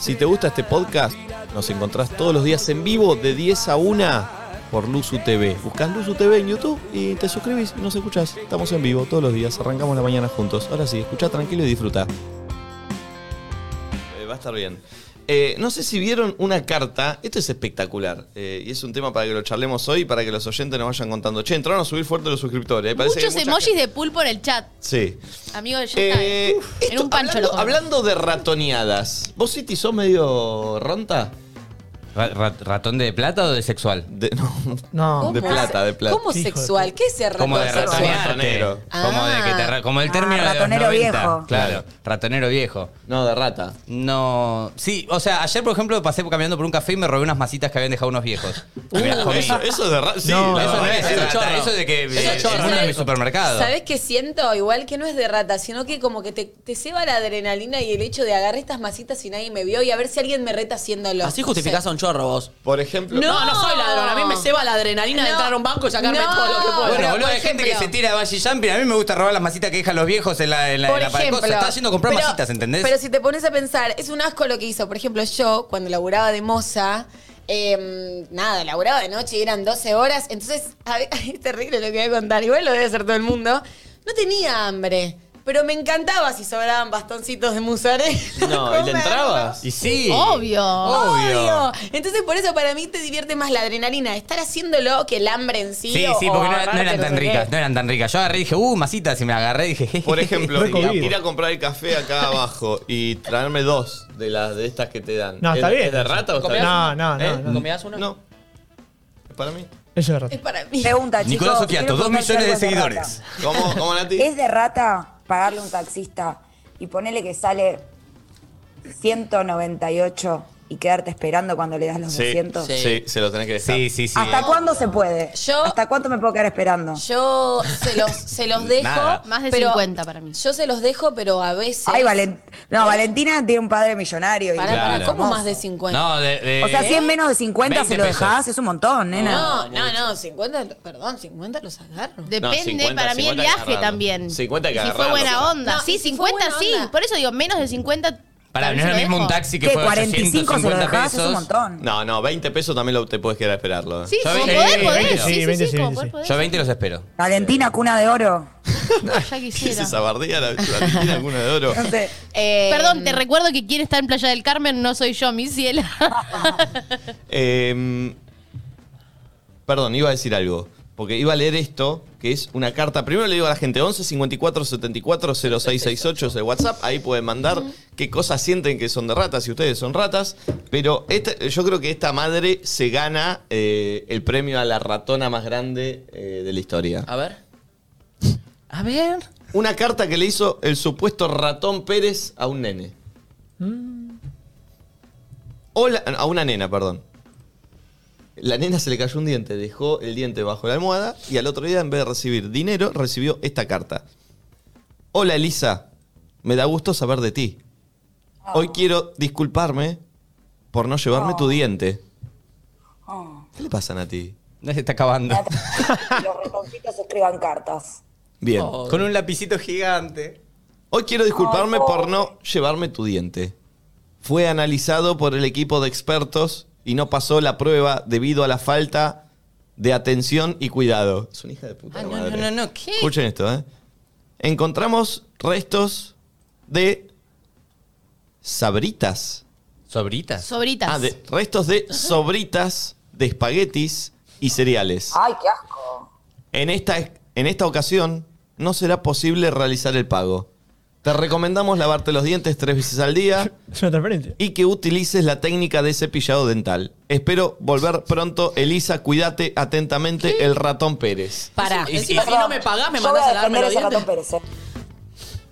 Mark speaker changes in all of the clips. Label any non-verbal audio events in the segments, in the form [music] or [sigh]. Speaker 1: Si te gusta este podcast, nos encontrás todos los días en vivo de 10 a 1 por Luzu TV. Buscás Luzu TV en YouTube y te suscribís y nos escuchás. Estamos en vivo todos los días, arrancamos la mañana juntos. Ahora sí, escuchá tranquilo y disfruta. Eh, va a estar bien. Eh, no sé si vieron una carta, esto es espectacular, eh, y es un tema para que lo charlemos hoy, para que los oyentes nos vayan contando. Che, entraron a subir fuerte los suscriptores. eh, parece que hay
Speaker 2: Muchos
Speaker 1: mucha
Speaker 2: emojis de pulpo en el chat.
Speaker 1: Sí.
Speaker 2: Amigo, ya
Speaker 1: Eh,
Speaker 2: está.
Speaker 1: esto,
Speaker 2: en un pancho
Speaker 1: hablando,
Speaker 2: lo comemos.
Speaker 1: hablando de ratoneadas, ¿vos City sos medio ronta?
Speaker 3: Ra- ra- ¿Ratón de plata o de sexual?
Speaker 1: De, no,
Speaker 4: No.
Speaker 1: de plata, de plata.
Speaker 5: ¿Cómo sexual? ¿Qué es ser
Speaker 3: Como de
Speaker 5: ratón sexual?
Speaker 3: ratonearte.
Speaker 1: Ratonero.
Speaker 3: Como, de que te ra- como el
Speaker 4: Ah,
Speaker 3: término de los
Speaker 4: ratonero
Speaker 3: 90.
Speaker 4: viejo.
Speaker 3: Claro, ratonero viejo.
Speaker 1: No, de rata.
Speaker 3: No, sí, o sea, ayer por ejemplo pasé caminando por un café y me robé unas masitas que habían dejado unos
Speaker 1: [laughs]
Speaker 3: viejos. Y me las comí.
Speaker 1: eso, eso es de rata. Sí,
Speaker 4: No,
Speaker 1: la
Speaker 3: Eso no
Speaker 1: verdad
Speaker 3: es,
Speaker 1: que sí.
Speaker 3: eso es chorro, eso es de que
Speaker 5: Eso es
Speaker 3: eh,
Speaker 5: chorro.
Speaker 3: en uno de
Speaker 5: ¿Sabes?
Speaker 3: mis supermercados.
Speaker 5: ¿Sabés qué siento? Igual que no es de rata, sino que como que te, te ceba la adrenalina y el hecho de agarrar estas masitas y nadie me vio y a ver si alguien me reta haciéndolo.
Speaker 6: Así justificás a un chorro vos.
Speaker 1: eh, Por ejemplo,
Speaker 5: No.
Speaker 6: No, no soy ladrón. A mí me ceba la adrenalina de
Speaker 5: No.
Speaker 6: entrar a un banco y sacarme
Speaker 5: No.
Speaker 6: todo lo que puedo.
Speaker 3: Bueno,
Speaker 5: Pero,
Speaker 3: boludo,
Speaker 5: por
Speaker 3: hay gente que
Speaker 5: ejemplo-
Speaker 3: se tira de Valle Jumping. A mí me gusta robar las masitas que dejan los viejos en la, en la,
Speaker 5: Por
Speaker 3: en la
Speaker 5: ejemplo.
Speaker 3: paracosa. Estaba yendo a comprar
Speaker 5: Pero-
Speaker 3: masitas, ¿entendés?
Speaker 5: Pero si te pones a pensar, es un asco lo que hizo. Por ejemplo, yo, cuando laburaba de moza, eh, nada, laburaba de noche y eran 12 horas. Entonces, [laughs] a ve- es terrible lo que voy a contar. Igual lo debe hacer todo el mundo. No tenía hambre. Pero me encantaba si sobraban bastoncitos de musarela. [laughs]
Speaker 1: No, ¿y le
Speaker 5: comerlo.
Speaker 1: entrabas?
Speaker 3: y sí.
Speaker 2: Obvio.
Speaker 3: Obvio.
Speaker 5: Obvio. Entonces, por eso para mí te divierte más la adrenalina. Estar haciéndolo que el hambre en sí.
Speaker 3: Sí,
Speaker 5: o-
Speaker 3: sí,
Speaker 5: o
Speaker 3: porque no, era- no
Speaker 5: agarrarte
Speaker 3: eran tan
Speaker 5: Oh, sé qué.
Speaker 3: ricas, no eran tan ricas. Yo agarré y dije, uh, masitas, y me agarré y dije, jeje. [laughs]
Speaker 1: por ejemplo, ir a,
Speaker 4: Recogido.
Speaker 1: ir a comprar el café acá abajo y traerme dos de las de estas que te dan.
Speaker 4: No,
Speaker 1: ¿Es-
Speaker 4: está bien.
Speaker 1: ¿Es de rata o está bien?
Speaker 4: No, no, no,
Speaker 1: ¿Eh?
Speaker 4: no.
Speaker 6: ¿Comías una?
Speaker 1: No. ¿Es para mí?
Speaker 4: Eso es de
Speaker 5: Es
Speaker 2: Eh,
Speaker 4: rata.
Speaker 5: para mí.
Speaker 7: Pregunta, chicos.
Speaker 3: Nicolás Oquiato,
Speaker 7: quiero
Speaker 3: dos
Speaker 7: preguntarte
Speaker 3: millones de
Speaker 7: algo rata.
Speaker 3: seguidores.
Speaker 1: ¿Cómo, cómo Nati?
Speaker 7: ¿Es de rata pagarle a un taxista y ponerle que sale 198 y quedarte esperando cuando le das los
Speaker 1: Sí,
Speaker 7: 200?
Speaker 1: sí, se lo tenés que dejar.
Speaker 3: Sí, sí, sí.
Speaker 7: ¿Hasta
Speaker 3: Eh,
Speaker 7: cuándo se puede?
Speaker 5: Yo-
Speaker 7: ¿Hasta cuánto me puedo quedar esperando?
Speaker 5: Yo se los, se los dejo.
Speaker 3: Nada.
Speaker 2: Más de
Speaker 5: pero-
Speaker 2: 50 para mí.
Speaker 5: Yo se los dejo, pero a veces.
Speaker 7: Ay, Valen- no, Valentina tiene un padre millonario. y-
Speaker 5: Pará, pará,
Speaker 3: Claro.
Speaker 5: ¿cómo más de 50?
Speaker 3: No, de, de-
Speaker 7: O sea, si es menos de 50
Speaker 3: 20
Speaker 7: se lo
Speaker 3: pesos.
Speaker 7: dejás, es un montón, nena.
Speaker 1: Ah,
Speaker 5: no, no, no, 50, lo- perdón, 50 los agarro.
Speaker 1: No,
Speaker 2: Depende,
Speaker 1: 50,
Speaker 2: para
Speaker 1: 50
Speaker 2: mí el
Speaker 1: hay que
Speaker 2: viaje
Speaker 1: agarrarlo.
Speaker 2: también.
Speaker 1: 50 hay que
Speaker 2: Si fue
Speaker 1: agarrarlo.
Speaker 2: buena onda.
Speaker 5: No,
Speaker 2: sí,
Speaker 5: y si fue
Speaker 2: 50
Speaker 5: buena
Speaker 2: sí.
Speaker 5: onda.
Speaker 2: Por eso digo, menos de 50.
Speaker 3: Para,
Speaker 2: tal
Speaker 3: no
Speaker 2: vez
Speaker 3: es lo mismo
Speaker 2: dejo.
Speaker 3: un taxi que
Speaker 7: ¿Qué?
Speaker 3: fue
Speaker 7: 45 se lo
Speaker 3: 850
Speaker 7: dejás, es un
Speaker 3: pesos.
Speaker 7: montón.
Speaker 1: No, no, 20 pesos también lo, te puedes quedar a esperarlo. ¿eh?
Speaker 2: Sí,
Speaker 3: Yo
Speaker 2: como
Speaker 3: veinte,
Speaker 2: podés,
Speaker 3: veinte,
Speaker 2: podés.
Speaker 3: veinte.
Speaker 2: Sí,
Speaker 4: Sí,
Speaker 2: sí,
Speaker 4: veinte,
Speaker 2: sí,
Speaker 4: sí,
Speaker 2: como
Speaker 4: sí,
Speaker 2: podés,
Speaker 4: sí.
Speaker 2: podés.
Speaker 3: Yo 20 los espero.
Speaker 7: Valentina, cuna de
Speaker 2: [laughs]
Speaker 7: oro.
Speaker 2: Ya
Speaker 1: ¿Qué es
Speaker 2: quisiera.
Speaker 1: esa bardía? ¿La, la Argentina alguna de oro?
Speaker 3: [laughs]
Speaker 7: No sé.
Speaker 5: Eh,
Speaker 2: Perdón, te recuerdo que quien está en Playa del Carmen no soy yo,
Speaker 1: [laughs]
Speaker 2: mi cielo.
Speaker 1: Eh, perdón, iba a decir algo. Porque iba a leer esto, que es una carta. Primero le digo a la gente, 11 54 74 0668 es el WhatsApp. Ahí pueden mandar qué cosas sienten que son de ratas, si ustedes son ratas. Pero esta- yo creo que esta madre se gana eh, el premio a la ratona más grande eh, de la historia.
Speaker 6: A ver. A ver.
Speaker 1: Una carta que le hizo el supuesto ratón Pérez a un nene.
Speaker 6: Mm.
Speaker 1: Hola, a una nena, perdón. La nena se le cayó un diente, dejó el diente bajo la almohada y al otro día, en vez de recibir dinero, recibió esta carta. Hola Elisa, me da gusto saber de ti. Hoy quiero disculparme por no llevarme tu diente.
Speaker 7: Oh.
Speaker 1: ¿Qué le pasan a ti?
Speaker 3: No se está acabando.
Speaker 7: [laughs] Los ratoncitos escriban cartas.
Speaker 1: Bien.
Speaker 3: Oh. Con un lapicito gigante.
Speaker 1: Hoy quiero disculparme por no llevarme tu diente. Fue analizado por el equipo de expertos y no pasó la prueba debido a la falta de atención y cuidado. Es una hija de puta.
Speaker 6: Ah, no,
Speaker 1: madre.
Speaker 6: no, no, no, ¿qué?
Speaker 1: Escuchen esto, ¿eh? Encontramos restos de sabritas.
Speaker 3: ¿Sobritas?
Speaker 2: Sobritas.
Speaker 1: Ah, de, restos de sobritas de espaguetis y cereales.
Speaker 7: Ay, qué asco.
Speaker 1: En esta, en esta ocasión no será posible realizar el pago. Te recomendamos lavarte los dientes tres veces al día
Speaker 4: [laughs] Es una transferencia.
Speaker 1: y que utilices la técnica de cepillado dental. Espero volver pronto. Elisa, cuídate atentamente el ratón Pérez.
Speaker 5: Pará.
Speaker 6: Y si, si no me pagás, me mandás a lavarme
Speaker 7: defender
Speaker 6: los
Speaker 7: ese ratón
Speaker 6: dientes.
Speaker 7: Pérez. eh.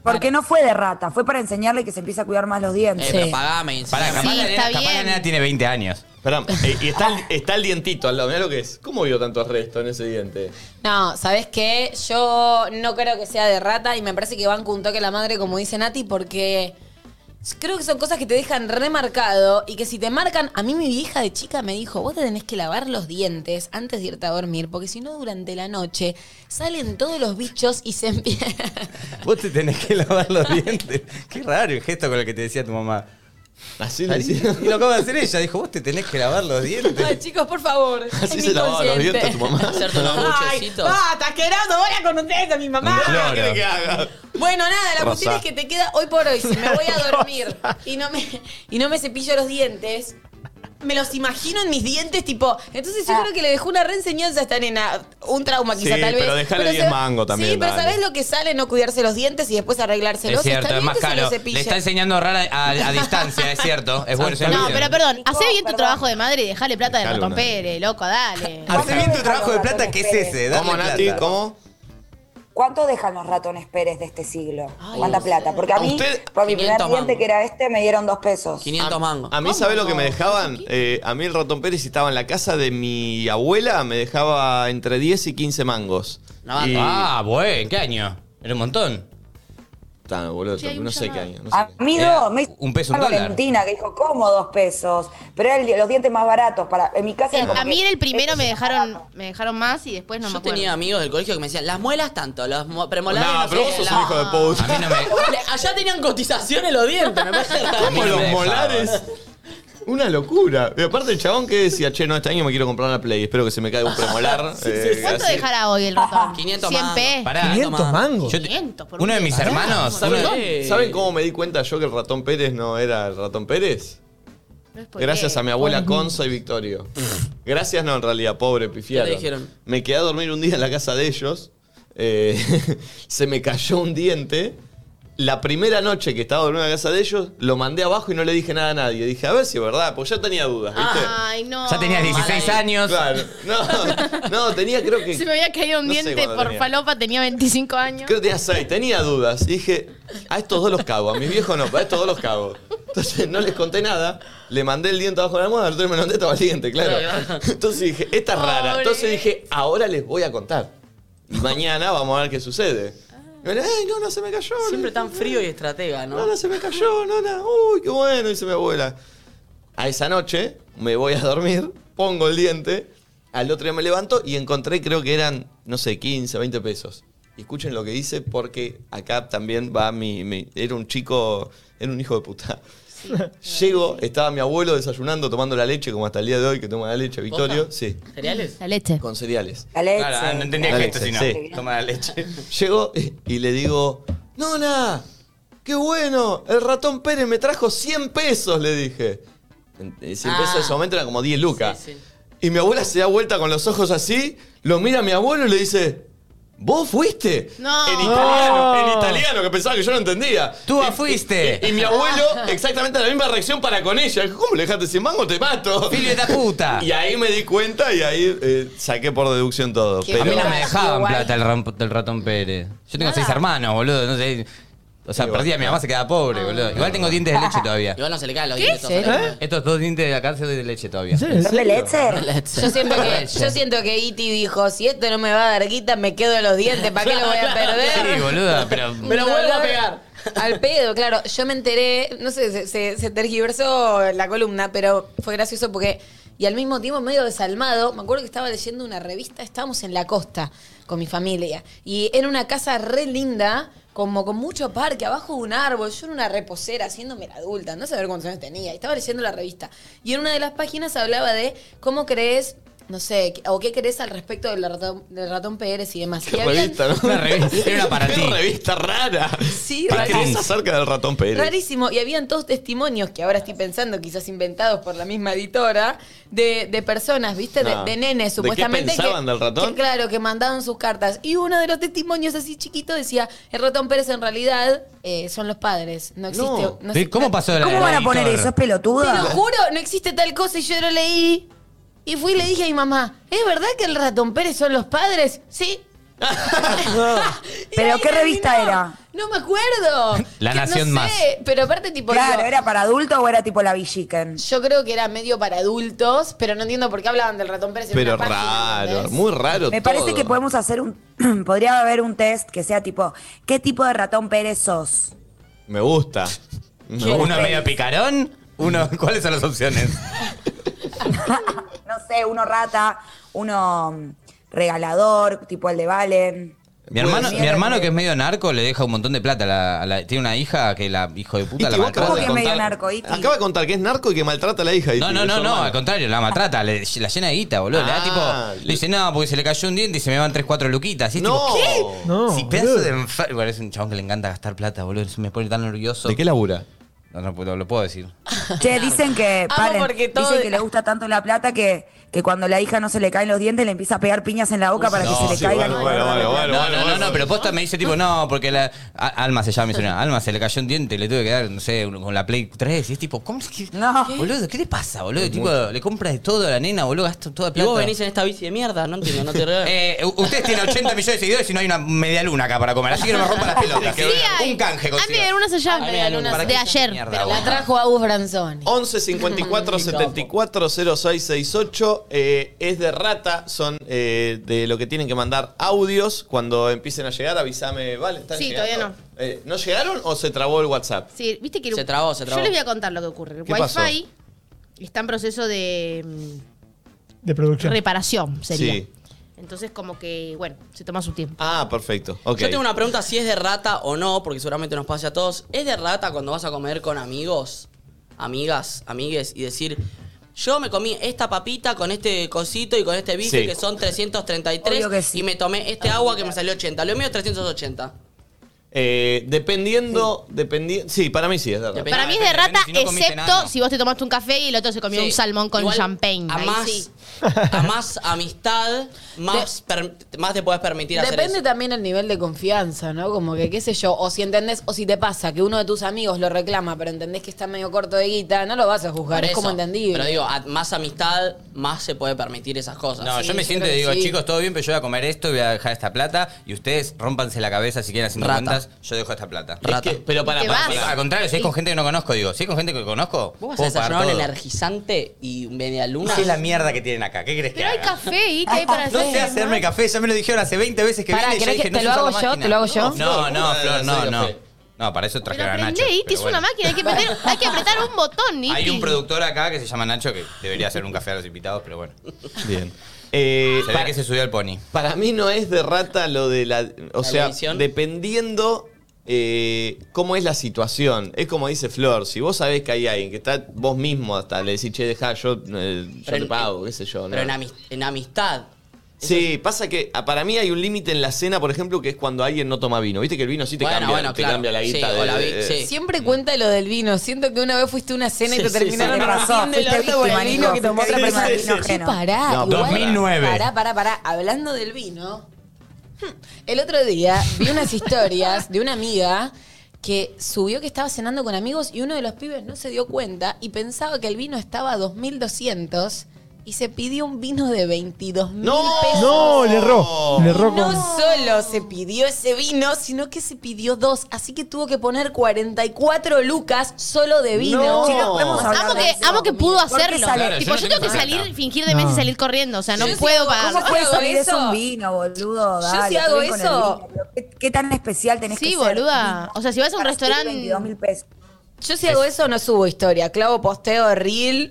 Speaker 7: Porque no fue de rata, fue para enseñarle que se empiece a cuidar más los
Speaker 6: Eh,
Speaker 7: dientes.
Speaker 6: pero pagame.
Speaker 3: Para,
Speaker 6: encima.
Speaker 3: capaz,
Speaker 2: Sí,
Speaker 3: la nena,
Speaker 2: está
Speaker 3: capaz la
Speaker 2: bien.
Speaker 3: nena tiene 20 años. [laughs]
Speaker 1: Esperá, eh, y está el, está el dientito al lado. Mirá lo que es. ¿Cómo vio tanto resto en ese diente?
Speaker 5: No, ¿sabes qué? Yo no creo que sea de rata y me parece que banco un toque la madre, como dice Nati, porque creo que son cosas que te dejan remarcado y que si te marcan. A mí, mi vieja de chica me dijo: Vos te tenés que lavar los dientes antes de irte a dormir, porque si no, durante la noche salen todos los bichos y
Speaker 1: [laughs]
Speaker 5: se [laughs] empiezan.
Speaker 3: Vos te tenés que lavar los dientes. Qué raro el gesto con el que te decía tu mamá.
Speaker 1: Así le
Speaker 3: Y
Speaker 1: hicieron.
Speaker 3: lo acaba de hacer ella. Dijo, vos te tenés que lavar los dientes.
Speaker 5: Ay, chicos, por favor.
Speaker 1: Así
Speaker 5: Es
Speaker 1: se lavaba los
Speaker 5: inconsciente.
Speaker 1: dientes a tu
Speaker 5: [laughs]
Speaker 1: mamá.
Speaker 6: Hacerte unos buchecitos.
Speaker 5: asqueroso! ¡Voy a conocer a mi mamá!
Speaker 1: ¿Qué que haga?
Speaker 5: Bueno, nada,
Speaker 1: Rosa.
Speaker 5: la cuestión es que te queda hoy por hoy. Si me voy a dormir y no me, y no me cepillo los dientes, me los imagino en mis dientes, tipo. Entonces yo
Speaker 7: Ah.
Speaker 5: creo que le dejó una reenseñanza a esta nena. Un trauma, quizá
Speaker 1: Sí,
Speaker 5: tal vez.
Speaker 1: pero dejale 10
Speaker 5: se-
Speaker 1: mango también,
Speaker 5: Sí, pero
Speaker 1: dale.
Speaker 5: ¿sabés lo que sale no cuidarse los dientes y después arreglárselos?
Speaker 3: Es cierto,
Speaker 5: Está
Speaker 3: es
Speaker 5: bien
Speaker 3: más
Speaker 5: que se
Speaker 3: caro.
Speaker 5: los
Speaker 3: Le
Speaker 5: cepille.
Speaker 3: está enseñando a ahorrar a, a- a distancia, es cierto. Es bueno.
Speaker 2: No, pero perdón,
Speaker 7: Nico,
Speaker 2: hace bien tu
Speaker 7: perdón.
Speaker 2: trabajo de madre y dejale plata de
Speaker 1: Dejalo,
Speaker 2: ratón
Speaker 1: no.
Speaker 2: Pérez,
Speaker 1: [laughs]
Speaker 2: loco, dale.
Speaker 3: Hace bien tu trabajo de plata, que es ese. Dale
Speaker 1: ¿Cómo, Nati?
Speaker 3: plata.
Speaker 1: ¿Cómo?
Speaker 7: ¿Cuánto dejan los ratones Pérez de este siglo?
Speaker 5: Ay,
Speaker 7: ¿Cuánta
Speaker 5: no
Speaker 7: plata?
Speaker 5: sé.
Speaker 7: Porque a
Speaker 1: A
Speaker 7: mí,
Speaker 1: usted-
Speaker 7: por mi primer
Speaker 6: 500
Speaker 7: diente
Speaker 6: mango.
Speaker 7: que era este, me dieron dos pesos.
Speaker 6: 500 mangos.
Speaker 1: A mí, ¿sabés lo que me dejaban? Eh, a mí el ratón Pérez, si estaba en la casa de mi abuela, me dejaba entre 10 y 15 mangos.
Speaker 6: Una banda.
Speaker 1: Y-
Speaker 3: Ah, bueno, ¿qué año? Era un montón.
Speaker 1: Tá, boludo,
Speaker 2: Sí, hay un
Speaker 1: no sé qué
Speaker 2: llamado.
Speaker 1: año. No sé
Speaker 7: A
Speaker 1: qué año.
Speaker 7: mí
Speaker 3: Era
Speaker 7: dos, me hizo
Speaker 3: un peso, un dólar.
Speaker 7: Valentina, que dijo, ¿cómo dos pesos? Pero eran los dientes más baratos. Para, en mi casa era
Speaker 2: El-
Speaker 7: como
Speaker 2: Eh, a mí
Speaker 7: que-
Speaker 2: en el [laughs] primero me
Speaker 7: este es
Speaker 2: dejaron,
Speaker 7: barato.
Speaker 2: me dejaron más y después no me
Speaker 6: Yo
Speaker 2: acuerdo.
Speaker 6: tenía amigos del colegio que me decían, las muelas tanto, los mo- premolares.
Speaker 1: No, pero
Speaker 6: sé
Speaker 1: vos
Speaker 6: qué,
Speaker 1: sos
Speaker 6: la- [laughs]
Speaker 1: un hijo de puta.
Speaker 3: A mí no me.
Speaker 6: Le- Allá tenían cotizaciones los dientes, me parece raro.
Speaker 1: [laughs]
Speaker 3: A mí
Speaker 1: ¿Cómo
Speaker 3: no
Speaker 1: los
Speaker 3: me dejaban.
Speaker 1: molares? Una locura. Y aparte el chabón que decía, che, no, este año me quiero comprar una Play, espero que se me caiga un premolar. Eh,
Speaker 2: ¿Cuánto
Speaker 1: así.
Speaker 2: dejará hoy el ratón?
Speaker 6: 500
Speaker 2: 100
Speaker 6: más.
Speaker 2: p.
Speaker 3: Pará.
Speaker 4: 500 mangos.
Speaker 3: Yo te-
Speaker 2: 500 por
Speaker 3: uno de
Speaker 2: un
Speaker 3: mis
Speaker 2: día.
Speaker 3: hermanos. uno
Speaker 1: ¿Saben,
Speaker 3: de-
Speaker 6: Sí.
Speaker 1: saben cómo me di cuenta yo que el ratón Pérez no era el ratón Pérez?
Speaker 2: No es por
Speaker 1: Gracias
Speaker 2: qué.
Speaker 1: a mi abuela Conza y Victorio. Gracias no, en realidad, pobre pifiado.
Speaker 6: ¿Qué te dijeron?
Speaker 1: Me quedé a dormir un día en la casa de ellos. eh, [laughs] se me cayó un diente. La primera noche que estaba durmiendo en la casa de ellos, lo mandé abajo y no le dije nada a nadie. Dije, a ver si es verdad, pues ya tenía dudas, ¿viste?
Speaker 2: Ay, no.
Speaker 3: Ya tenías 16
Speaker 6: Mala
Speaker 3: años.
Speaker 1: Claro. No, no, tenía creo que.
Speaker 2: Se me había caído un
Speaker 1: no sé
Speaker 2: diente
Speaker 1: cuándo
Speaker 2: por
Speaker 1: tenía.
Speaker 2: falopa, tenía 25 años.
Speaker 1: Creo que tenía seis, tenía dudas. Y dije, a estos dos los cago, a mis viejos no, pero a estos dos los cago. Entonces no les conté nada, le mandé el diente abajo de la almohada, al otro día me lo mandé estaba el diente, claro. Entonces dije, esta es rara. Entonces dije, ahora les voy a contar. Y mañana vamos a ver qué sucede. Y me dice, ay, no, no se me cayó.
Speaker 6: Siempre
Speaker 1: Le-
Speaker 6: tan frío y estratega, ¿no?
Speaker 1: no, no se me cayó, no, no. Uy, qué bueno, dice mi abuela. A esa noche me voy a dormir, pongo el diente, al otro día me levanto y encontré, creo que eran, no sé, 15, 20 pesos. Y escuchen lo que hice porque acá también va mi, mi- Era un chico, era un hijo de puta. Llego, estaba mi abuelo desayunando, tomando la leche, como hasta el día de hoy que toma la leche, Victorio.
Speaker 6: ¿Posta?
Speaker 1: Sí,
Speaker 6: ¿Cereales?
Speaker 2: La leche.
Speaker 1: con cereales.
Speaker 7: Alexe.
Speaker 3: Claro, ah, no entendía que
Speaker 1: Dale,
Speaker 3: esto,
Speaker 1: sí,
Speaker 3: sino.
Speaker 1: sí.
Speaker 3: Toma la leche.
Speaker 1: [laughs] Llego y- y le digo, Nona, qué bueno, el ratón Pérez me trajo 100 pesos, le dije. En- eh,
Speaker 3: Ah.
Speaker 1: 100 pesos en ese momento eran como 10 lucas.
Speaker 6: Sí, sí.
Speaker 1: Y mi abuela se da vuelta con los ojos así, lo mira a mi abuelo y le dice, ¿vos fuiste?
Speaker 3: Ah.
Speaker 2: No.
Speaker 1: En italiano,
Speaker 4: No.
Speaker 1: en italiano, que pensaba que yo no entendía.
Speaker 3: Tú
Speaker 1: Y-
Speaker 3: fuiste.
Speaker 1: Y mi abuelo,
Speaker 3: [laughs]
Speaker 1: exactamente la misma reacción para con ella. Dijo, ¿Cómo le dejaste 100 mangos? Te mato.
Speaker 3: Filio de la puta.
Speaker 1: Y ahí me di cuenta y ahí eh, saqué por deducción todo.
Speaker 5: Qué
Speaker 3: A mí
Speaker 1: pero-
Speaker 3: no me dejaban
Speaker 5: Igual.
Speaker 3: plata el, ram- el ratón Pérez. Yo tengo seis hermanos, boludo. No sé. O sea,
Speaker 1: Igual.
Speaker 3: perdí a mi mamá, se queda
Speaker 7: Ah.
Speaker 3: pobre, boludo. Igual tengo dientes
Speaker 7: [laughs]
Speaker 3: de leche todavía.
Speaker 6: Igual no se le caen los dientes. todos,
Speaker 4: ¿Eh?
Speaker 3: Estos dos dientes de la cárcel de leche todavía.
Speaker 4: ¿Sí? ¿En
Speaker 7: ¿Son de
Speaker 4: serio?
Speaker 6: [laughs]
Speaker 7: Letzer?
Speaker 6: ¿eh?
Speaker 5: Yo siento, que,
Speaker 1: [laughs]
Speaker 5: yo siento que Iti dijo, si esto no me va a dar guita, me quedo en los dientes, ¿para qué lo voy a perder?
Speaker 3: Sí, boludo,
Speaker 7: [laughs]
Speaker 3: pero.
Speaker 5: Un
Speaker 6: Me lo vuelvo a
Speaker 5: dolor
Speaker 6: pegar.
Speaker 5: Al pedo, claro. Yo me enteré, no sé, se, se- se tergiversó la columna, pero fue gracioso porque. Y al mismo tiempo, medio desalmado, me acuerdo que estaba leyendo una revista, estábamos en la costa con mi familia. Y era una casa re linda, como con mucho parque, abajo de un árbol. Yo en una reposera, haciéndome la adulta, no saber cuántos años tenía. Y estaba leyendo la revista. Y en una de las páginas hablaba de cómo crees, no sé, o qué crees al respecto del ratón, del ratón Pérez y demás.
Speaker 1: Qué
Speaker 5: y habían-
Speaker 1: revista, ¿no?
Speaker 3: Una revista, era para
Speaker 1: Qué
Speaker 3: ti.
Speaker 1: revista rara.
Speaker 5: Sí,
Speaker 1: ¿Qué
Speaker 5: rarísimo.
Speaker 1: crees acerca del ratón Pérez?
Speaker 5: Rarísimo. Y habían todos testimonios que ahora estoy pensando, quizás inventados por la misma editora, de, de personas, ¿viste? De,
Speaker 1: Ah.
Speaker 5: de
Speaker 1: ¿De qué
Speaker 5: nenes, supuestamente. que-
Speaker 1: pensaban del ratón?
Speaker 5: que, claro, que mandaban sus cartas. Y uno de los testimonios así chiquito decía: el ratón Pérez en realidad eh, son los padres. No existe.
Speaker 1: No.
Speaker 5: No.
Speaker 3: Sí,
Speaker 5: se-
Speaker 3: ¿Cómo pasó de la
Speaker 7: ¿Cómo
Speaker 3: del
Speaker 7: van a poner
Speaker 3: editor?
Speaker 7: eso? ¿Es
Speaker 5: Te lo
Speaker 7: pelotuda?
Speaker 5: juro, no existe tal cosa. Y yo lo leí. Y fui y le dije a mi mamá: ¿es verdad que el ratón Pérez son los padres? Sí. Y
Speaker 7: [laughs] ¿Pero
Speaker 5: ahí
Speaker 7: qué revista
Speaker 5: terminó.
Speaker 7: era?
Speaker 5: No me
Speaker 6: [laughs]
Speaker 5: acuerdo.
Speaker 3: La
Speaker 5: Que no
Speaker 3: Nación
Speaker 5: sé,
Speaker 3: Más.
Speaker 5: Pero aparte, tipo.
Speaker 7: Claro,
Speaker 5: digo,
Speaker 7: ¿era para adulto o era tipo la Villiquen?
Speaker 5: Yo creo que era medio para adultos, pero no entiendo por qué hablaban del ratón Pérez en
Speaker 1: Pero
Speaker 5: una página,
Speaker 1: raro,
Speaker 5: ¿entendés?
Speaker 1: muy raro.
Speaker 7: Me parece
Speaker 1: todo.
Speaker 7: que podemos hacer un. [clears throat] podría haber un test que sea tipo, ¿qué tipo de ratón Pérez sos?
Speaker 1: Me gusta.
Speaker 3: ¿Uno medio picarón? Uno,
Speaker 1: [laughs]
Speaker 3: ¿Cuáles son las opciones?
Speaker 7: No sé, uno rata, uno mm, regalador, tipo el de Valen.
Speaker 3: Mi hermano,
Speaker 7: ser,
Speaker 3: mi hermano
Speaker 7: eh.
Speaker 3: que es medio narco le deja un montón de plata. a la- a la- tiene una hija que la hijo de puta
Speaker 1: Iti,
Speaker 3: la
Speaker 1: vos
Speaker 3: maltrata.
Speaker 1: acabas de
Speaker 7: ¿Cómo que medio
Speaker 1: contar-
Speaker 7: narco, Iti?
Speaker 1: Acaba de contar que es narco y que maltrata a la hija. Iti,
Speaker 3: No, no,
Speaker 1: de
Speaker 3: no,
Speaker 1: su
Speaker 3: no,
Speaker 1: hermano.
Speaker 3: al contrario, la maltrata, le, la llena de guita, boludo. le da
Speaker 1: Este Ah,
Speaker 3: tipo,
Speaker 1: le-
Speaker 3: le dice, no, porque se le cayó un diente y se me van 3, 4 luquitas. Y es
Speaker 1: No.
Speaker 3: tipo, ¿qué?
Speaker 4: No,
Speaker 3: si pedazo
Speaker 4: boludo.
Speaker 3: de enfermo. Bueno, es un chabón que le encanta gastar plata, boludo. Eso me pone tan nervioso.
Speaker 1: ¿De qué labura?
Speaker 3: No, no puedo- lo puedo decir.
Speaker 7: Che, dicen que,
Speaker 5: Amo
Speaker 7: paren,
Speaker 5: porque todo-
Speaker 7: dicen que le gusta tanto la plata que, que cuando la hija no se le caen los dientes le empieza a pegar piñas en la boca para
Speaker 3: no,
Speaker 7: que se le
Speaker 3: sí,
Speaker 7: caigan.
Speaker 1: bueno, bueno, bueno, bueno.
Speaker 3: no, no, no, no, pero posta me dice tipo, no, porque la. A- Alma se llama mi señora. Alma se le cayó un diente, le tuve que dar, no sé, un- con la Play 3. Y es tipo, ¿cómo es que.?
Speaker 7: No.
Speaker 3: Boludo, ¿qué le pasa, boludo? Tipo, le compra de todo a la nena, boludo, gasta toda
Speaker 6: Y
Speaker 3: plata.
Speaker 6: vos venís en esta bici de mierda, no entiendo,
Speaker 3: [laughs]
Speaker 6: no te regalo.
Speaker 3: Eh, u- ustedes tienen 80 millones de seguidores y no hay una media luna acá para comer, así que no me rompan las pelotas.
Speaker 2: Sí, hay.
Speaker 3: un canje
Speaker 2: Ah,
Speaker 3: consigo.
Speaker 2: mira, una se llama
Speaker 6: Ah, mira, una-
Speaker 2: de,
Speaker 6: ¿para qué
Speaker 2: ayer.
Speaker 3: mierda,
Speaker 2: pero
Speaker 3: vos?
Speaker 5: La trajo Agus Branzoni.
Speaker 1: 11 54 74 0668 eh, es de rata, son eh, de lo que tienen que mandar audios. Cuando empiecen a llegar, avísame, ¿vale? ¿Están
Speaker 2: Sí,
Speaker 1: llegando?
Speaker 2: todavía
Speaker 1: Eh, ¿No llegaron o se trabó el WhatsApp?
Speaker 2: Sí, viste que
Speaker 6: Se trabó, se trabó.
Speaker 2: Yo les voy a contar lo que ocurre. El
Speaker 1: ¿Qué pasó?
Speaker 2: Wi-Fi está en proceso de mm,
Speaker 4: De producción.
Speaker 2: reparación, sería.
Speaker 1: Sí.
Speaker 2: Entonces, como que, bueno, se toma su tiempo.
Speaker 1: Ah, perfecto. ok.
Speaker 6: Yo tengo una pregunta si es de rata o no, porque seguramente nos pase a todos. ¿Es de rata cuando vas a comer con amigos, amigas, amigues y decir, yo me comí esta papita con este cosito y con este bife
Speaker 1: Sí.
Speaker 6: que son 333
Speaker 7: Obvio que sí.
Speaker 6: y me tomé este agua que me salió 80? Lo mío es 380.
Speaker 1: Eh, dependiendo, dependi- sí, para mí sí, es de rata.
Speaker 6: Depende.
Speaker 2: Para
Speaker 6: Penal,
Speaker 2: mí es de
Speaker 3: depende,
Speaker 2: rata,
Speaker 3: si no comiste
Speaker 2: excepto
Speaker 3: nada.
Speaker 2: si vos te tomaste un café y el otro se comió
Speaker 6: Sí.
Speaker 2: un salmón con
Speaker 6: Igual,
Speaker 2: champagne.
Speaker 5: Mm,
Speaker 6: A
Speaker 2: Ahí
Speaker 6: más,
Speaker 2: sí.
Speaker 6: a más amistad, más, per- más te puedes permitir hacer
Speaker 5: Depende
Speaker 6: eso.
Speaker 5: también el nivel de confianza, ¿no? Como que, qué sé yo, o si entendés, o si te pasa que uno de tus amigos lo reclama, pero entendés que está medio corto de guita, no lo vas a juzgar,
Speaker 6: Por
Speaker 5: es
Speaker 6: eso.
Speaker 5: como entendible.
Speaker 6: Pero digo, a- más amistad, más se puede permitir esas cosas.
Speaker 3: No,
Speaker 5: Sí,
Speaker 3: yo me
Speaker 5: yo
Speaker 3: siento y
Speaker 5: creo que
Speaker 3: digo,
Speaker 5: sí.
Speaker 3: chicos, todo bien, pero yo voy a comer esto y voy a dejar esta plata. Y ustedes rompanse la cabeza si quieren haciendo
Speaker 6: Rata.
Speaker 3: cuentas, yo dejo esta plata.
Speaker 1: Es
Speaker 6: rata.
Speaker 1: que- pero para,
Speaker 2: Te
Speaker 1: para,
Speaker 2: vas.
Speaker 1: para.
Speaker 3: Al contrario, si es con gente que no conozco, digo, si es con gente que conozco,
Speaker 6: Vos vas a
Speaker 3: puedo pagar
Speaker 6: desayunar un
Speaker 3: todo.
Speaker 6: energizante y media luna.
Speaker 3: ¿Qué es la mierda que tienen acá? ¿Qué crees que
Speaker 2: Pero hay
Speaker 3: haga?
Speaker 2: café y que hay para
Speaker 3: No
Speaker 6: ¿eh?
Speaker 2: hacer.
Speaker 3: sé hacerme café, ya me lo dijeron hace 20 veces que
Speaker 5: Pará,
Speaker 3: viene y yo
Speaker 5: ¿querés que
Speaker 3: dije, no
Speaker 5: te
Speaker 3: sé
Speaker 5: lo
Speaker 3: usar
Speaker 5: hago
Speaker 3: la
Speaker 5: yo?
Speaker 3: máquina.
Speaker 5: ¿Te lo hago yo?
Speaker 3: No, Flor, no,
Speaker 1: una
Speaker 3: Flor,
Speaker 1: de
Speaker 3: no,
Speaker 1: hacer
Speaker 3: no.
Speaker 1: café.
Speaker 3: No, para eso traje
Speaker 2: Pero
Speaker 3: a Ah, Nacho.
Speaker 2: aprendé, Iti,
Speaker 3: pero
Speaker 2: es
Speaker 3: bueno.
Speaker 2: una máquina, hay que, meter- hay que apretar un botón, Iti.
Speaker 3: Hay un productor acá que se llama Nacho que debería hacer un café a los invitados, pero bueno.
Speaker 1: Bien. Eh,
Speaker 3: Se ve
Speaker 1: para-
Speaker 3: que se subió al pony.
Speaker 1: Para mí no es de rata lo de la. O
Speaker 6: ¿La
Speaker 1: sea,
Speaker 6: división?
Speaker 1: dependiendo eh, cómo es la situación. Es como dice Flor, si vos sabés que hay alguien que está vos mismo hasta le decís, che, dejá, yo, eh, yo
Speaker 6: Pero
Speaker 1: te
Speaker 6: en-
Speaker 1: pago, qué sé yo.
Speaker 6: Pero en,
Speaker 1: ¿no?
Speaker 6: amis- en amistad.
Speaker 1: Sí, pasa que ah, para mí hay un límite en la cena, por ejemplo, que es cuando alguien no toma vino. Viste que el vino sí te,
Speaker 6: Bueno,
Speaker 1: cambia,
Speaker 6: bueno,
Speaker 1: te
Speaker 6: claro.
Speaker 1: cambia la
Speaker 6: Sí,
Speaker 1: guita.
Speaker 6: o
Speaker 1: de-
Speaker 6: la vi-
Speaker 1: de-
Speaker 6: sí.
Speaker 5: Siempre cuenta lo del vino. Siento que una vez fuiste a una cena y
Speaker 1: Sí,
Speaker 5: te
Speaker 1: sí,
Speaker 5: terminaron
Speaker 1: sí.
Speaker 5: sí,
Speaker 7: razón, fuiste víctima, Nico,
Speaker 5: que tomó
Speaker 7: fuiste
Speaker 5: otra
Speaker 7: víctima
Speaker 5: persona.
Speaker 7: de vino
Speaker 5: Sí,
Speaker 7: ajeno.
Speaker 5: pará,
Speaker 1: No,
Speaker 5: igual-
Speaker 3: 2009.
Speaker 5: Pará, pará, pará. Hablando del vino, hmm. el otro día vi unas historias de una amiga que subió que estaba cenando con amigos y uno de los pibes no se dio cuenta y pensaba que el vino estaba a 2200 y se pidió un vino de 22 mil
Speaker 1: ¡No!
Speaker 5: pesos.
Speaker 4: No, le erró. Le erró
Speaker 5: No
Speaker 4: con.
Speaker 5: solo se pidió ese vino, sino que se pidió dos. Así que tuvo que poner 44 lucas solo de vino.
Speaker 1: No.
Speaker 7: Chicos, podemos hablar
Speaker 2: Amo
Speaker 7: de
Speaker 2: que,
Speaker 7: eso.
Speaker 2: amo que pudo
Speaker 7: ¿Por qué
Speaker 2: hacerlo.
Speaker 7: sale-
Speaker 3: Claro,
Speaker 2: tipo,
Speaker 3: yo no
Speaker 2: yo, tengo que
Speaker 3: tengo plata.
Speaker 2: salir, fingir de mesa y
Speaker 4: No.
Speaker 2: salir corriendo. O sea, no
Speaker 5: Yo sí
Speaker 2: puedo
Speaker 5: hago
Speaker 2: pagar.
Speaker 5: cosas
Speaker 7: ¿Cómo puede
Speaker 5: hago
Speaker 7: salir eso
Speaker 5: eso?
Speaker 7: un vino, boludo?
Speaker 5: Yo
Speaker 7: Dale,
Speaker 5: si hago
Speaker 7: estoy con el
Speaker 5: eso-
Speaker 7: vino, pero ¿Qué, qué tan especial tenés que
Speaker 2: Sí,
Speaker 7: ser?
Speaker 2: boluda. O sea, si vas a un
Speaker 7: Para subir
Speaker 2: restaurante-
Speaker 7: 22 mil pesos.
Speaker 5: Yo si hago eso no subo historia. Clavo posteo, reel,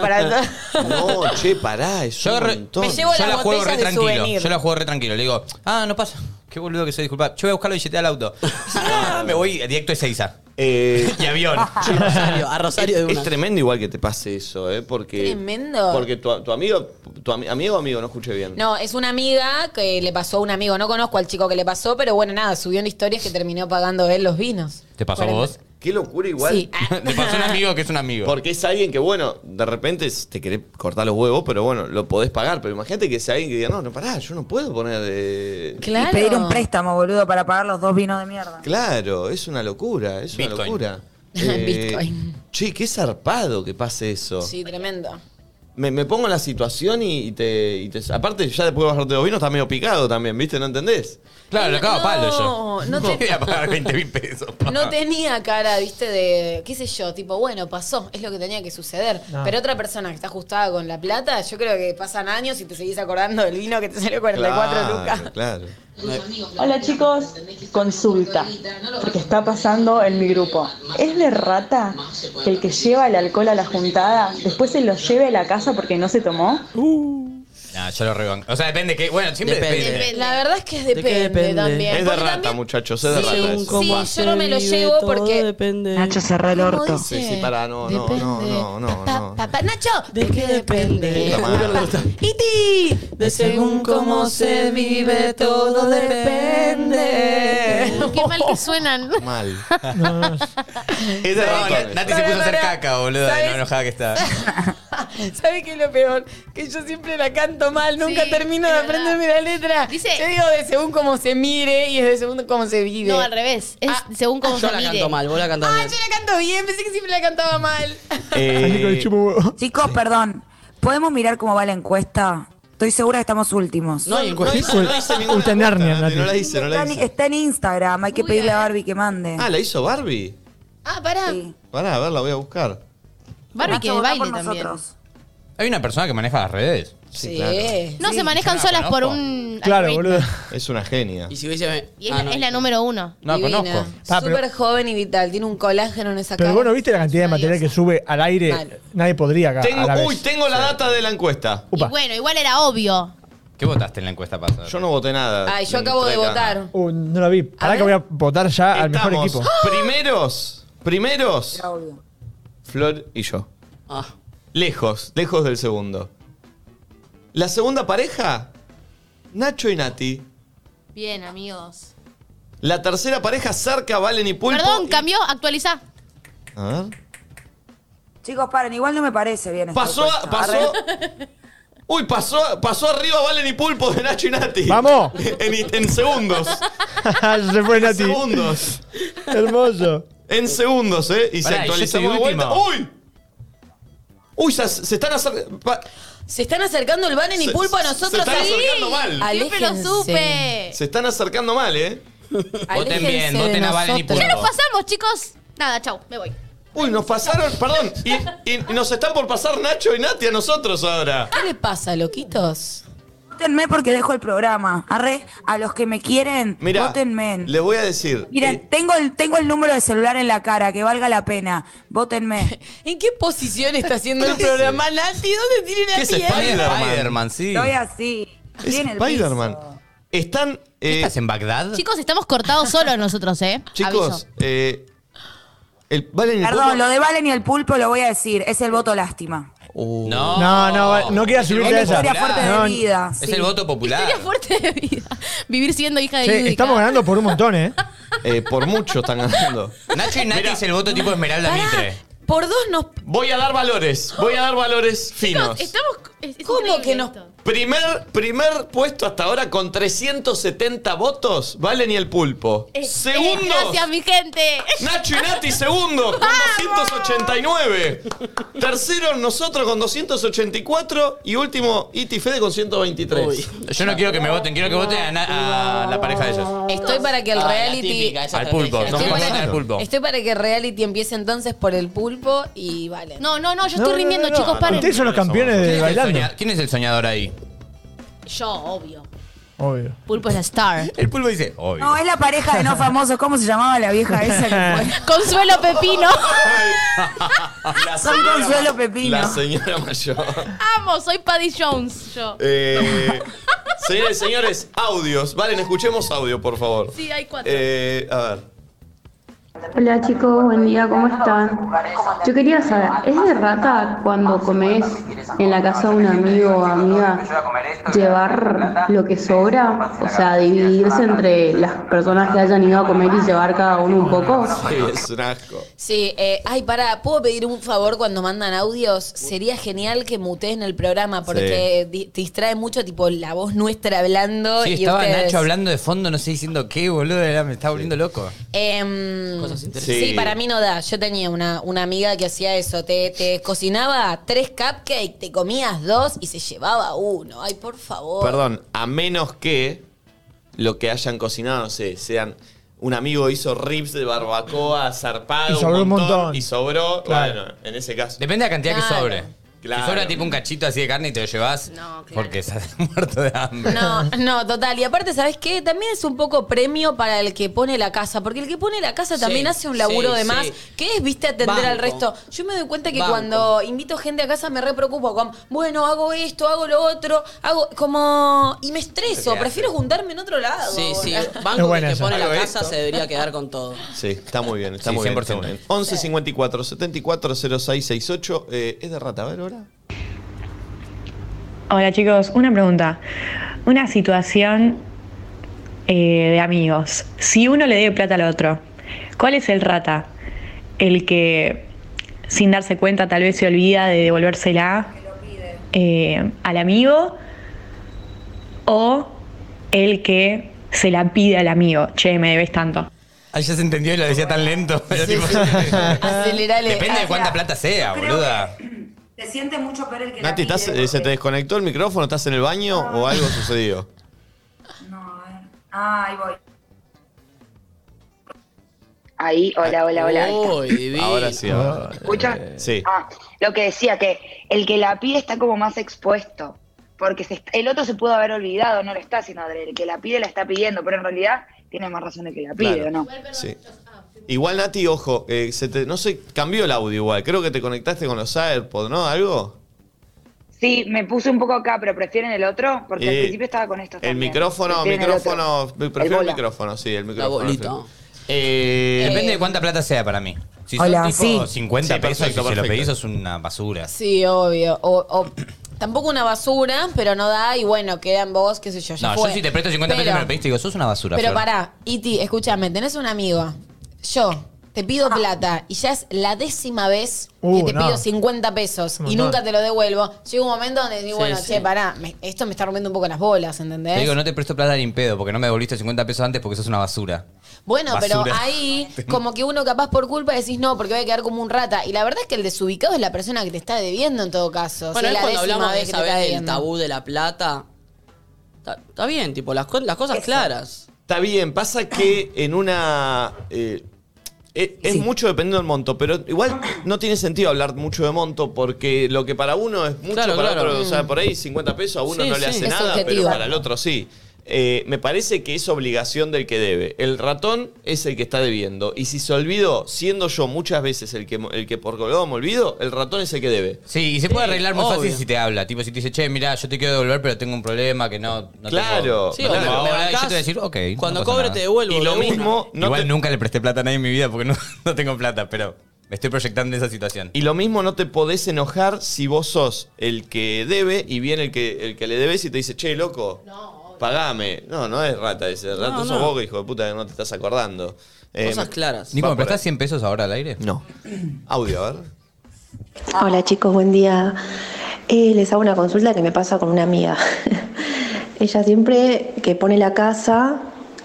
Speaker 7: [laughs]
Speaker 1: [laughs]
Speaker 5: para...
Speaker 1: No, che, pará, es
Speaker 3: Yo,
Speaker 1: un
Speaker 3: re-
Speaker 1: montón.
Speaker 5: me llevo
Speaker 3: yo la
Speaker 5: las
Speaker 3: juego re
Speaker 5: botellas de
Speaker 3: tranquilo.
Speaker 5: souvenir.
Speaker 3: Yo la juego re tranquilo. Le digo, ah, no pasa. Qué boludo que soy, disculpa. Yo voy a buscar la billetera al auto. Ah, me voy directo a Ezeiza.
Speaker 1: Eh,
Speaker 3: [laughs] Y avión.
Speaker 6: A Rosario, a Rosario de
Speaker 1: es,
Speaker 6: una.
Speaker 1: es tremendo igual que te pase eso, ¿eh? Porque,
Speaker 5: Tremendo.
Speaker 1: Porque tu, tu amigo, tu ami- amigo o amigo, no escuché bien.
Speaker 5: No, es una amiga que le pasó a un amigo. No conozco al chico que le pasó, pero bueno, nada, subió en historias que terminó pagando él los vinos.
Speaker 3: ¿Te pasó a
Speaker 5: Cuarenta-
Speaker 3: vos?
Speaker 1: Qué locura igual.
Speaker 5: Sí.
Speaker 3: [laughs] Te pasó un amigo que es un amigo.
Speaker 1: Porque es alguien que, bueno, de repente es- te querés cortar los huevos, pero bueno, lo podés pagar. Pero imagínate que sea alguien que diga, no, no, pará, yo no puedo poner. eh,
Speaker 5: Claro.
Speaker 7: Y pedir un préstamo, boludo, para pagar los dos vinos de mierda.
Speaker 1: Claro, es una locura, es una
Speaker 3: Bitcoin.
Speaker 1: locura.
Speaker 5: [laughs] Bitcoin.
Speaker 1: Che, qué zarpado que pase eso.
Speaker 5: Sí, tremendo.
Speaker 1: Me, me pongo en la situación y, y te, y te- Aparte, ya después de bajarte los vinos, estás medio picado también, ¿viste? ¿No entendés?
Speaker 3: Claro, lo acabo a palo yo.
Speaker 5: No, no
Speaker 3: ¿Cómo
Speaker 5: te-
Speaker 3: voy a pagar 20 mil pesos. pa?
Speaker 5: No tenía cara, viste, de, qué sé yo, tipo, bueno, pasó, es lo que tenía que suceder.
Speaker 4: No.
Speaker 5: Pero otra persona que está ajustada con la plata, yo creo que pasan años y te seguís acordando del vino que te salió 44 lucas.
Speaker 1: Claro.
Speaker 8: Hola chicos, consulta, porque está pasando en mi grupo. ¿Es de rata que
Speaker 4: Uh,
Speaker 8: el que lleva el alcohol a la juntada después se lo lleve a la casa porque no se tomó?
Speaker 3: No, yo lo rebanco. O sea, depende que. Bueno, siempre depende.
Speaker 6: Depende.
Speaker 2: Depende.
Speaker 5: La verdad es que es
Speaker 6: qué
Speaker 5: depende,
Speaker 6: depende?
Speaker 5: también.
Speaker 1: Es de
Speaker 5: Porque
Speaker 1: rata,
Speaker 5: también-
Speaker 1: muchachos, es Ah, de
Speaker 5: Sí,
Speaker 1: rata.
Speaker 5: un
Speaker 1: eso.
Speaker 5: combo. Sí, yo no me lo llevo porque-
Speaker 6: Depende.
Speaker 7: Nacho cerró el orto.
Speaker 1: dice? Sí, sí, pará, no, no,
Speaker 2: Depende.
Speaker 1: no, no, no,
Speaker 2: Papá,
Speaker 1: no.
Speaker 2: papá, Nacho.
Speaker 6: ¿De qué depende?
Speaker 1: Puta madre.
Speaker 5: ¡Iti!
Speaker 6: De según cómo se vive, todo depende.
Speaker 2: Uy, Qué mal que suenan.
Speaker 1: Mal.
Speaker 4: No, no, no.
Speaker 1: Es de
Speaker 3: No,
Speaker 1: ratones.
Speaker 3: Nat- Nati se puso a hacer caca, boludo. de
Speaker 5: ¿Sabes?
Speaker 3: Lo enojada que está.
Speaker 5: [laughs] ¿Sabes qué es lo peor? Que yo siempre la canto mal, nunca
Speaker 2: Sí,
Speaker 5: termino
Speaker 2: es
Speaker 5: de
Speaker 2: verdad.
Speaker 5: aprenderme la letra.
Speaker 2: Dice-
Speaker 5: yo digo de según cómo se mire y es de según cómo se vive.
Speaker 2: No, al revés. Es
Speaker 5: Ah,
Speaker 2: según cómo
Speaker 6: Yo
Speaker 2: se
Speaker 6: la
Speaker 2: mire.
Speaker 6: canto mal, vos la cantás
Speaker 5: Ah,
Speaker 6: bien.
Speaker 5: yo la canto bien, pensé que siempre la cantaba mal.
Speaker 1: Eh,
Speaker 4: A Nico le chupa un huevo. [laughs]
Speaker 7: Chicos, perdón. ¿Podemos mirar cómo va la encuesta? Estoy segura que estamos últimos.
Speaker 6: No hay
Speaker 1: no
Speaker 6: encuesta.
Speaker 1: hice, no hice ninguna
Speaker 4: Está en
Speaker 1: encuesta,
Speaker 4: Narnia,
Speaker 1: Nati, No
Speaker 4: Nati.
Speaker 1: la hice, no la
Speaker 7: está, en-
Speaker 1: hice.
Speaker 7: está en Instagram, hay que
Speaker 2: Uy,
Speaker 7: pedirle a
Speaker 2: a ver.
Speaker 7: Barbie que mande.
Speaker 1: Ah, la hizo Barbie.
Speaker 2: Ah, pará.
Speaker 7: Sí.
Speaker 1: Pará, a ver, la voy a buscar.
Speaker 2: Barbie
Speaker 7: Nacho,
Speaker 2: que
Speaker 7: votá por
Speaker 2: baile también.
Speaker 7: nosotros.
Speaker 3: Hay una persona que maneja las redes.
Speaker 1: Sí, claro.
Speaker 2: No se manejan
Speaker 3: yo la
Speaker 2: solas por
Speaker 3: conozco.
Speaker 2: un.
Speaker 4: Claro,
Speaker 2: algoritmo.
Speaker 4: boludo.
Speaker 1: Es una genia.
Speaker 6: Y si hubiese.
Speaker 2: Y es,
Speaker 6: Ah,
Speaker 2: la-
Speaker 6: no,
Speaker 2: es la número uno.
Speaker 3: No,
Speaker 5: Divina.
Speaker 3: conozco.
Speaker 4: Ah, pero-
Speaker 5: Súper joven y vital, tiene un colágeno en esa cara.
Speaker 4: Pero vos no viste la cantidad de material que sube al aire.
Speaker 5: Mal.
Speaker 4: Nadie podría acá. a la
Speaker 1: Tengo,
Speaker 4: vez.
Speaker 1: uy, tengo la data de la encuesta.
Speaker 2: Y
Speaker 4: Upa.
Speaker 2: bueno, igual era obvio.
Speaker 3: ¿Qué votaste en la encuesta pasada?
Speaker 1: Yo no voté nada.
Speaker 5: Ay, yo acabo de
Speaker 1: Entré acá.
Speaker 5: votar.
Speaker 4: Uh, no la vi. Ahora que voy
Speaker 5: ver.
Speaker 4: a votar ya al mejor
Speaker 1: Estamos
Speaker 4: equipo.
Speaker 2: [laughs]
Speaker 1: primeros, primeros,
Speaker 7: Era obvio.
Speaker 1: Flor y yo.
Speaker 6: Ah.
Speaker 1: Lejos, lejos del segundo. La segunda pareja, Nacho y Nati.
Speaker 2: Bien, amigos.
Speaker 1: La tercera pareja, cerca, Valen y Pulpo.
Speaker 2: Perdón,
Speaker 1: y-
Speaker 2: cambió, actualizá.
Speaker 1: A ver.
Speaker 7: Chicos, paren, igual no me parece bien. esta
Speaker 1: Pasó, a-
Speaker 7: encuesta.
Speaker 1: pasó. [laughs] Uy, pasó, a- pasó arriba Valen y Pulpo de Nacho y Nati.
Speaker 4: ¡Vamos!
Speaker 1: [laughs] En, en segundos.
Speaker 4: [laughs] Se fue
Speaker 1: en
Speaker 4: Nati.
Speaker 1: segundos.
Speaker 4: Hermoso.
Speaker 1: En segundos, ¿eh? Y se
Speaker 3: Pará,
Speaker 1: actualizó
Speaker 3: y yo
Speaker 1: de
Speaker 3: soy
Speaker 1: vuelta.
Speaker 3: último.
Speaker 1: ¡Uy! ¡Uy! Se, se están acercando.
Speaker 5: Se están acercando el Valen y
Speaker 1: Se-
Speaker 5: Pulpo a
Speaker 1: se- se
Speaker 5: nosotros.
Speaker 1: están
Speaker 5: sí.
Speaker 1: acercando mal.
Speaker 2: Siempre lo
Speaker 5: Aléjense.
Speaker 2: supe.
Speaker 1: Se están acercando mal, ¿eh?
Speaker 5: Aléjense
Speaker 3: bien,
Speaker 5: de
Speaker 3: voten a Valen y
Speaker 5: nosotros.
Speaker 2: Ya
Speaker 3: Pulpo.
Speaker 2: nos pasamos, chicos. Nada, chau, me voy.
Speaker 1: Uy, nos pasaron, perdón. Y, y- y nos están por pasar Nacho y Nati a nosotros ahora.
Speaker 5: ¿Qué le pasa, loquitos?
Speaker 7: Votenme porque dejo el programa. Arre, a los que me quieren,
Speaker 1: Mira,
Speaker 7: votenme.
Speaker 1: les voy a decir.
Speaker 7: Miren,
Speaker 1: eh,
Speaker 7: tengo, el, tengo el número de celular en la cara, que valga la pena. Votenme.
Speaker 5: [laughs] ¿En qué posición está haciendo el programa Nati? ¿Dónde tiene la
Speaker 1: ¿Qué es
Speaker 5: pierna?
Speaker 1: Spider-Man?
Speaker 3: Spider-Man, sí.
Speaker 7: Estoy así.
Speaker 1: es
Speaker 7: estoy en el
Speaker 1: Spider-Man.
Speaker 7: piso.
Speaker 1: Están. eh,
Speaker 3: ¿Estás en Bagdad?
Speaker 2: Chicos, estamos cortados solo nosotros, ¿eh?
Speaker 1: [laughs] chicos,
Speaker 2: Aviso.
Speaker 1: eh, el, Valen y Pulpo-
Speaker 7: Perdón, lo de Valen y el pulpo lo voy a decir. Es el voto lástima.
Speaker 1: Uh.
Speaker 3: No.
Speaker 4: No, no, no quieras
Speaker 3: Es
Speaker 4: subirte
Speaker 3: el
Speaker 4: a
Speaker 3: voto
Speaker 4: esa.
Speaker 7: Historia fuerte
Speaker 4: No,
Speaker 7: de vida.
Speaker 3: Es
Speaker 7: sí.
Speaker 3: el voto popular.
Speaker 2: Historia fuerte de vida. Vivir siendo hija de
Speaker 4: Che,
Speaker 2: Yudica.
Speaker 4: estamos ganando por un montón, ¿eh?
Speaker 1: eh, por mucho están ganando.
Speaker 3: Nacho y Nati es el voto tipo Esmeralda Mitre.
Speaker 5: Por dos nos.
Speaker 1: Voy a dar valores. Voy a dar valores finos.
Speaker 2: Chicos, estamos. es- es
Speaker 5: ¿Cómo
Speaker 2: increíble
Speaker 5: que nos-
Speaker 2: esto.
Speaker 1: Primer, primer puesto hasta ahora con 370 votos, Valen y el Pulpo.
Speaker 2: Eh, eh,
Speaker 1: Segundo,
Speaker 2: Gracias, mi gente.
Speaker 1: Nacho y Nati,
Speaker 2: [laughs]
Speaker 1: segundo, con 289. Tercero, nosotros con 284. Y último, Iti Fede con 123.
Speaker 3: Yo no quiero que me voten, quiero que voten a, na- a la pareja de ellos.
Speaker 5: Estoy para que el
Speaker 6: Ah, la
Speaker 5: reality.
Speaker 6: típica, esa
Speaker 3: Al pulpo.
Speaker 6: estrategia.
Speaker 3: Somos
Speaker 5: Estoy
Speaker 3: votos
Speaker 5: para-
Speaker 3: al pulpo.
Speaker 5: Estoy para que el reality empiece entonces por el pulpo y Valen.
Speaker 2: No, no, no, yo
Speaker 4: No,
Speaker 2: estoy
Speaker 4: no,
Speaker 2: rindiendo,
Speaker 4: no, no.
Speaker 2: chicos, paren.
Speaker 4: Ah, Ustedes son los campeones
Speaker 3: ¿Quién
Speaker 4: de
Speaker 3: es el
Speaker 4: bailando.
Speaker 3: soña- ¿Quién es el soñador ahí?
Speaker 2: Yo, obvio.
Speaker 4: Obvio.
Speaker 2: Pulpo es la star.
Speaker 3: [laughs] El pulpo dice, obvio.
Speaker 7: No, es la pareja de no famosos. ¿Cómo se llamaba la
Speaker 5: [laughs]
Speaker 7: vieja esa? que fue?
Speaker 2: Consuelo Pepino.
Speaker 1: La
Speaker 7: Son
Speaker 1: señora-
Speaker 7: Consuelo Pepino.
Speaker 1: La señora mayor.
Speaker 2: Amo, soy Paddy Jones. Yo.
Speaker 1: Eh, señores y señores, audios. Valen, escuchemos audio, por favor.
Speaker 2: Sí, hay cuatro.
Speaker 1: Eh, a ver.
Speaker 9: Hola chicos, buen día, ¿cómo están? Yo quería saber, ¿es de rata cuando comes en la casa de un amigo o amiga llevar lo que sobra? O sea, dividirse entre las personas que hayan ido a comer y llevar cada uno un poco.
Speaker 1: Sí, es un asco.
Speaker 5: Sí, eh, ay, pará, ¿puedo pedir un favor cuando mandan audios? Sería genial que muteen el programa porque di- te distrae mucho, tipo, la voz nuestra hablando.
Speaker 3: Sí,
Speaker 5: y
Speaker 3: estaba
Speaker 5: ustedes-
Speaker 3: Nacho hablando de fondo, no sé diciendo qué, boludo, era- me estaba volviendo loco.
Speaker 5: Em,
Speaker 6: Cosas
Speaker 1: interesantes.
Speaker 5: sí.
Speaker 1: Sí.
Speaker 5: para mí no da. Yo tenía una, una amiga que hacía eso. Te, te cocinaba tres cupcakes, te comías dos y se llevaba uno. Ay, por favor.
Speaker 1: Perdón, a menos que lo que hayan cocinado, no sé, sean. Un amigo hizo ribs de barbacoa zarpado.
Speaker 4: Y sobró un montón.
Speaker 1: Y sobró.
Speaker 4: Claro.
Speaker 1: Bueno, en ese caso.
Speaker 3: Depende de la cantidad
Speaker 7: Ah.
Speaker 5: Claro.
Speaker 3: que sobre.
Speaker 1: Claro.
Speaker 3: Si sobra tipo un cachito así de carne y te lo llevas,
Speaker 5: No, claro.
Speaker 3: porque estás [laughs] muerto de hambre.
Speaker 5: No, no, total. Y aparte, ¿sabes qué? También es un poco premio para el que pone la casa, porque el que pone la casa también
Speaker 6: Sí,
Speaker 5: hace un laburo
Speaker 6: sí,
Speaker 5: de más,
Speaker 6: sí.
Speaker 5: que es, viste, atender al
Speaker 6: Banco.
Speaker 5: resto. Yo me doy cuenta que
Speaker 6: Banco.
Speaker 5: cuando invito gente a casa me re preocupo con, bueno, hago esto, hago lo otro, hago como... Y me estreso,
Speaker 3: Lo que
Speaker 5: prefiero juntarme en otro lado.
Speaker 6: Sí, sí.
Speaker 5: boludo.
Speaker 4: Es
Speaker 6: Banco que
Speaker 4: buena
Speaker 6: te
Speaker 4: esa.
Speaker 6: pone la
Speaker 1: Algo de
Speaker 6: casa
Speaker 1: esto.
Speaker 6: se debería quedar con todo.
Speaker 1: Sí, está muy bien, está
Speaker 3: Sí,
Speaker 1: muy bien.
Speaker 3: 100%.
Speaker 1: está muy bien. 11 54 74 0668 eh, es de rata, a ver ahora.
Speaker 9: Hola chicos, una pregunta. Una situación eh, de amigos. Si uno le debe plata al otro, ¿cuál es el rata? El que sin darse cuenta tal vez se olvida de devolvérsela eh, al amigo o el que se la pide al amigo, che, me debes tanto.
Speaker 3: Ahí ya se entendió y lo decía tan lento. pero tipo- [laughs]
Speaker 5: Acelerale.
Speaker 3: Depende de
Speaker 5: Ah,
Speaker 3: cuánta
Speaker 5: mira.
Speaker 3: plata sea,
Speaker 7: Eh, Creo
Speaker 3: boluda.
Speaker 7: que Te siente mucho peor el que la
Speaker 1: Nati,
Speaker 7: pide,
Speaker 1: ¿estás, eh, ¿se te
Speaker 7: porque-
Speaker 1: desconectó el micrófono? ¿Estás en el baño o algo sucedió?
Speaker 7: No, a ver. Ah, ahí voy.
Speaker 10: Ahí, hola, hola, hola. ahí está.
Speaker 6: Uy, divino.
Speaker 1: Ahora sí, ahora.
Speaker 10: ¿Escuchan?
Speaker 1: Sí.
Speaker 10: Ah, lo que decía, que el que la pide está como más expuesto, porque se est- el otro se pudo haber olvidado, no lo está haciendo adrede, el que la pide la está pidiendo, pero en realidad tiene más razón el que la pide,
Speaker 1: Claro.
Speaker 10: ¿o no?
Speaker 1: Sí. Igual, Nati, ojo, eh, se te- no sé, cambió el audio igual. Creo que te conectaste con los AirPods, ¿no? ¿Algo?
Speaker 10: Sí, me puse un poco acá, pero prefieren el otro, porque al
Speaker 1: Eh,
Speaker 10: principio estaba con esto.
Speaker 1: El micrófono, micrófono, prefiero el micrófono, sí, el micrófono.
Speaker 6: bolita.
Speaker 1: sí. Eh,
Speaker 3: Depende de cuánta plata sea para mí. Si
Speaker 7: Hola,
Speaker 3: son tipo
Speaker 7: sí.
Speaker 3: 50
Speaker 1: Sí,
Speaker 3: pesos
Speaker 1: perfecto,
Speaker 3: y se lo
Speaker 1: perfecto.
Speaker 3: pedís, es una basura.
Speaker 5: Sí, obvio. O, o tampoco una basura, pero no da y bueno, queda en vos, qué sé yo. ya
Speaker 3: No,
Speaker 5: fue.
Speaker 3: yo si te presto 50 pesos y
Speaker 5: Pero-
Speaker 3: me lo pediste, digo, sos una basura.
Speaker 5: Pero
Speaker 3: Flor.
Speaker 5: pará, Iti, escúchame, tenés un amigo. Yo te pido plata y ya es la décima vez
Speaker 4: Uh,
Speaker 5: que te
Speaker 4: no.
Speaker 5: pido 50 pesos
Speaker 4: un
Speaker 5: y
Speaker 4: montón.
Speaker 5: nunca te lo devuelvo. Llega un momento donde decís,
Speaker 6: Sí,
Speaker 5: bueno,
Speaker 6: sí.
Speaker 5: che, pará, me- esto me está rompiendo un poco las bolas, ¿entendés?
Speaker 3: Te digo, no te presto plata ni en pedo, porque no me devolviste 50 pesos antes porque sos una basura.
Speaker 5: Bueno, pero
Speaker 6: [laughs]
Speaker 3: Basura.
Speaker 5: ahí como que uno capaz por culpa decís no, porque voy a quedar como un rata. Y la verdad es que el desubicado es la persona que te está debiendo en todo caso.
Speaker 6: Bueno,
Speaker 5: Si
Speaker 6: es
Speaker 5: es la
Speaker 6: cuando
Speaker 5: décima
Speaker 6: hablamos de
Speaker 5: que
Speaker 6: esa
Speaker 5: te está
Speaker 6: vez del
Speaker 5: debiendo.
Speaker 6: tabú de la plata. Está, está bien, tipo, las, co- las cosas claras.
Speaker 1: Está bien, pasa que en una. eh, es, es mucho dependiendo del monto, pero igual no tiene sentido hablar mucho de monto porque lo que para uno es mucho,
Speaker 6: Claro,
Speaker 1: para
Speaker 6: claro.
Speaker 1: otro, o sea, por ahí 50 pesos a uno
Speaker 6: Sí,
Speaker 1: no le
Speaker 6: sí.
Speaker 1: hace
Speaker 5: Es
Speaker 1: nada,
Speaker 5: subjetivo.
Speaker 1: pero para el otro sí. Eh, me parece que es obligación del que debe. El ratón es el que está debiendo. Y si se olvidó, siendo yo muchas veces el que, el que por colgado me olvido, el ratón es el que debe.
Speaker 3: Sí, y se puede arreglar muy
Speaker 6: obvio.
Speaker 3: fácil si te habla. Tipo, si te dice, che, mira, yo te quiero devolver, pero tengo un problema que no, no
Speaker 1: Claro.
Speaker 3: tengo-
Speaker 6: Sí,
Speaker 3: no
Speaker 6: o
Speaker 3: tengo
Speaker 1: claro.
Speaker 6: me- me
Speaker 3: ahora", y yo te
Speaker 6: bancás,
Speaker 3: voy a decir, ok. no
Speaker 6: Cuando
Speaker 3: pasa
Speaker 6: cobre
Speaker 3: nada.
Speaker 6: te devuelvo.
Speaker 1: Y lo
Speaker 6: de una.
Speaker 1: mismo, no
Speaker 3: Igual
Speaker 1: te-
Speaker 3: nunca le presté plata a nadie en mi vida porque no, no tengo plata, pero me estoy proyectando esa situación.
Speaker 1: Y lo mismo no te podés enojar si vos sos el que debe y viene el que, el que le debes y te dice, che, loco, pagame. No, no es rata ese, rato
Speaker 6: No,
Speaker 1: sos
Speaker 6: no.
Speaker 1: vos que hijo de puta que no te estás acordando. Eh,
Speaker 6: Cosas claras.
Speaker 3: Nico,
Speaker 1: va
Speaker 3: ¿me
Speaker 1: por
Speaker 3: prestás
Speaker 1: ahí.
Speaker 3: 100 pesos ahora al aire?
Speaker 1: No. Audio, a ver.
Speaker 9: Hola chicos, buen día. Eh, les hago una consulta que me pasa con una amiga. [laughs] Ella siempre que pone la casa,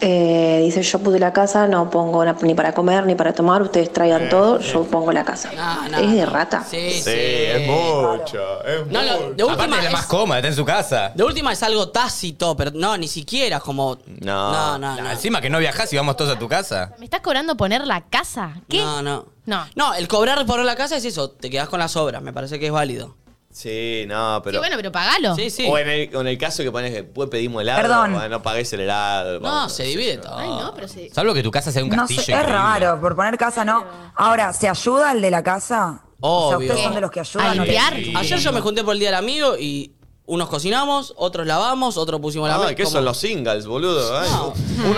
Speaker 9: eh, dice yo puse la casa, no pongo na- ni para comer ni para tomar, ustedes traigan todo, yo pongo la casa.
Speaker 6: No, no.
Speaker 9: es de rata.
Speaker 6: Sí, sí.
Speaker 1: Sí, es mucho. Es
Speaker 6: No, no,
Speaker 1: mucho.
Speaker 6: de última
Speaker 3: Aparte es la
Speaker 6: es-
Speaker 3: más cómoda, está en su casa.
Speaker 6: De última es algo tácito, pero no, ni siquiera, como...
Speaker 1: No.
Speaker 6: No, no, no.
Speaker 3: Encima que no viajás y vamos todos a tu casa.
Speaker 2: ¿Me estás cobrando poner la casa? ¿Qué?
Speaker 6: No, no.
Speaker 2: No.
Speaker 6: No, el cobrar por la casa es eso, te quedás con las obras, me parece que es válido.
Speaker 1: Sí, Eh, no, pero...
Speaker 2: sí, bueno, pero pagalo.
Speaker 6: Sí, sí.
Speaker 1: O en el, o en el caso que pones que pues, pedimos helado,
Speaker 7: Perdón.
Speaker 1: bueno, no pagues el helado.
Speaker 6: No,
Speaker 1: vamos.
Speaker 6: se divide todo.
Speaker 2: Ay, no, pero sí.
Speaker 3: Salvo que tu casa sea un
Speaker 7: No
Speaker 3: castillo.
Speaker 7: sé, es
Speaker 3: increíble.
Speaker 7: raro, por poner casa no. Ahora, ¿se ayuda al de la casa? O sea,
Speaker 6: Obvio.
Speaker 7: ustedes son de los que
Speaker 2: A
Speaker 7: ayudan. ¿no?
Speaker 2: limpiar.
Speaker 6: Ayer yo me junté por el día del amigo y unos cocinamos, otros lavamos, otros pusimos la
Speaker 1: Ay,
Speaker 6: mesa.
Speaker 1: Ah, ¿qué son los singles, boludo? Ay,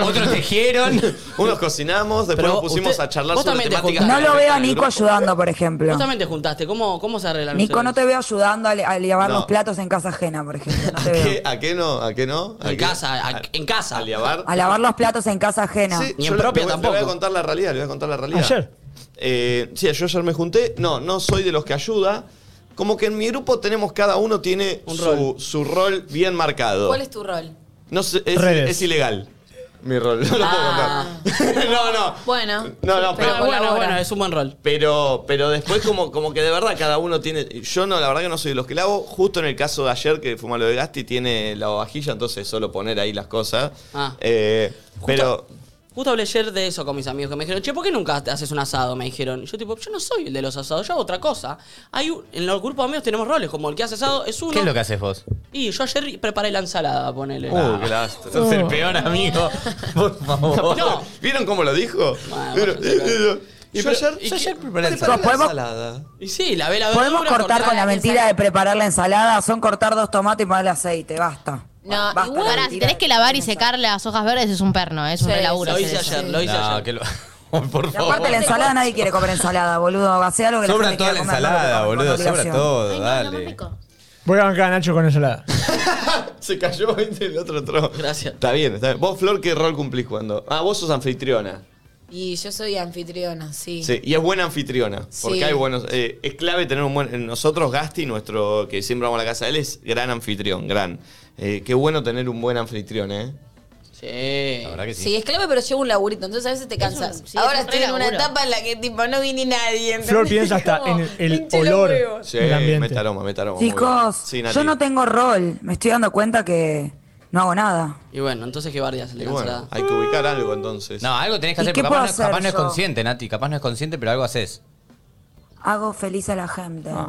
Speaker 6: [laughs]
Speaker 1: [laughs]
Speaker 3: Otros tejieron.
Speaker 1: Unos cocinamos, después
Speaker 6: Pero
Speaker 1: nos pusimos
Speaker 6: usted-
Speaker 1: a charlar
Speaker 6: vos
Speaker 1: sobre
Speaker 6: también te
Speaker 1: temáticas.
Speaker 6: juntás.
Speaker 7: No
Speaker 1: que
Speaker 7: lo veo a
Speaker 1: afectan al
Speaker 7: Nico
Speaker 1: grupo.
Speaker 7: ayudando, por ejemplo.
Speaker 6: Justamente juntaste, ¿cómo, cómo se arreglan
Speaker 7: Nico, no
Speaker 6: ustedes?
Speaker 7: te veo ayudando a, li- a lavar
Speaker 1: No.
Speaker 7: los platos en casa ajena, por ejemplo. No
Speaker 1: ¿A
Speaker 7: te
Speaker 1: qué,
Speaker 7: veo.
Speaker 1: ¿A qué no? ¿A qué no? ¿A
Speaker 6: En
Speaker 1: qué?
Speaker 6: casa, a- en casa.
Speaker 1: ¿A liabar?
Speaker 7: A lavar los platos en casa ajena.
Speaker 1: Sí,
Speaker 6: Ni
Speaker 1: yo
Speaker 6: en
Speaker 1: le-
Speaker 6: propia
Speaker 1: le voy-
Speaker 6: tampoco.
Speaker 1: Le voy a contar la realidad, le voy a contar la realidad.
Speaker 4: Ayer.
Speaker 1: Eh, sí, yo ayer me junté. No, no soy de los que ayuda. Como que en mi grupo tenemos, cada uno tiene
Speaker 6: Un
Speaker 1: su,
Speaker 6: rol.
Speaker 1: su rol bien marcado.
Speaker 5: ¿Cuál es tu [laughs] rol?
Speaker 1: No sé, es,
Speaker 4: Redes.
Speaker 1: es ilegal. Mi rol, no lo
Speaker 5: Ah.
Speaker 1: puedo contar. [laughs] no, no.
Speaker 5: Bueno.
Speaker 1: No, no,
Speaker 5: Pero
Speaker 1: pero,
Speaker 6: Ah, bueno,
Speaker 5: colabora.
Speaker 6: bueno, es un buen rol.
Speaker 1: Pero, pero después como, como que de verdad cada uno tiene... Yo no, la verdad que no soy de los que lavo. Justo en el caso de ayer que fuma lo de Gasti, tiene la vajilla, entonces solo poner ahí las cosas.
Speaker 6: Ah.
Speaker 1: Eh, pero
Speaker 6: Justo hablé ayer de eso con mis amigos que me dijeron, che, ¿por qué nunca te haces un asado? Me dijeron. Yo tipo, yo no soy el de los asados, yo hago otra cosa. Hay un- en los grupos de amigos tenemos roles, como el que hace asado es uno.
Speaker 3: ¿Qué es lo que haces vos?
Speaker 6: Y yo ayer preparé la ensalada, ponele.
Speaker 1: Uh, qué lastre.
Speaker 3: Sos el peor
Speaker 1: [laughs]
Speaker 3: amigo. Por favor.
Speaker 6: No.
Speaker 1: ¿Vieron cómo lo dijo? Pero-
Speaker 6: Y
Speaker 1: yo
Speaker 6: pero-
Speaker 1: ayer,
Speaker 6: ¿y
Speaker 1: yo
Speaker 6: qué-
Speaker 1: ayer preparé
Speaker 7: ¿Nos podemos-
Speaker 1: ensalada.
Speaker 6: Y sí, la ve la
Speaker 7: Podemos
Speaker 6: verdura,
Speaker 7: cortar con la
Speaker 6: cortala.
Speaker 7: mentira de preparar la ensalada, son cortar dos tomates y ponerle aceite, basta.
Speaker 5: No,
Speaker 7: Basta
Speaker 5: igual-
Speaker 7: la
Speaker 5: Pará,
Speaker 2: Ahora,
Speaker 7: mentira
Speaker 2: si tenés
Speaker 7: de
Speaker 2: que lavar y
Speaker 7: preparar
Speaker 2: secar las hojas verdes es un perno, es un
Speaker 5: Sí,
Speaker 2: laburo.
Speaker 6: Lo
Speaker 2: hacer
Speaker 6: hice
Speaker 2: eso.
Speaker 6: ayer, lo hice
Speaker 3: No,
Speaker 6: ayer.
Speaker 3: que lo... [laughs] Por
Speaker 7: ensalada. Y
Speaker 6: Oh,
Speaker 7: aparte la
Speaker 3: favor.
Speaker 7: ensalada nadie quiere comer ensalada, boludo. Hacé algo que la
Speaker 3: Sobra
Speaker 7: gente
Speaker 3: toda la
Speaker 7: quiera comer, no lo que
Speaker 3: ensalada,
Speaker 7: comen por
Speaker 3: boludo. Sobra
Speaker 7: obligación.
Speaker 2: Ay,
Speaker 3: todo,
Speaker 2: no, lo más
Speaker 3: dale.
Speaker 2: rico.
Speaker 4: Voy a bancar a Nacho con ensalada.
Speaker 1: Se cayó ¿viste? el otro tronco.
Speaker 6: Gracias.
Speaker 1: Está bien, está bien. Vos, Flor, ¿qué rol cumplís cuando? Ah, vos sos anfitriona.
Speaker 5: Y yo soy anfitriona, sí.
Speaker 1: Sí, y es buena anfitriona. Porque
Speaker 5: Sí.
Speaker 1: hay buenos. eh, es clave tener un buen. Nosotros, Gasti, nuestro que siempre vamos a la casa de él, es gran anfitrión, gran. Eh, qué bueno tener un buen anfitrión, ¿eh?
Speaker 6: Sí.
Speaker 3: La verdad que
Speaker 5: Sí.
Speaker 3: sí.
Speaker 5: es clave, pero llevo un laburito, entonces a veces te cansas.
Speaker 2: un- sí,
Speaker 5: Ahora
Speaker 2: es un
Speaker 5: estoy en una
Speaker 2: relaburo.
Speaker 5: etapa en la que tipo no vi ni nadie. ¿entendés?
Speaker 4: Flor piensa hasta
Speaker 5: Como,
Speaker 4: en el,
Speaker 5: hinche
Speaker 4: el
Speaker 5: los
Speaker 4: olor
Speaker 5: huevos.
Speaker 1: Sí,
Speaker 4: del ambiente.
Speaker 1: meta aroma, meta aroma. muy bien.
Speaker 7: Chicos,
Speaker 1: Sí, Nati.
Speaker 7: yo no tengo rol. Me estoy dando cuenta que no hago nada.
Speaker 6: Y bueno, entonces qué bardias le
Speaker 1: Y bueno, hay que ubicar algo entonces.
Speaker 3: No, algo tenés que
Speaker 7: ¿Y
Speaker 3: hacer,
Speaker 7: qué
Speaker 3: porque
Speaker 7: puedo
Speaker 3: capaz, no,
Speaker 7: hacer
Speaker 3: capaz no es
Speaker 7: yo?
Speaker 3: consciente, Nati. Capaz no es consciente, pero algo haces.
Speaker 7: Hago feliz a la gente.
Speaker 3: [laughs]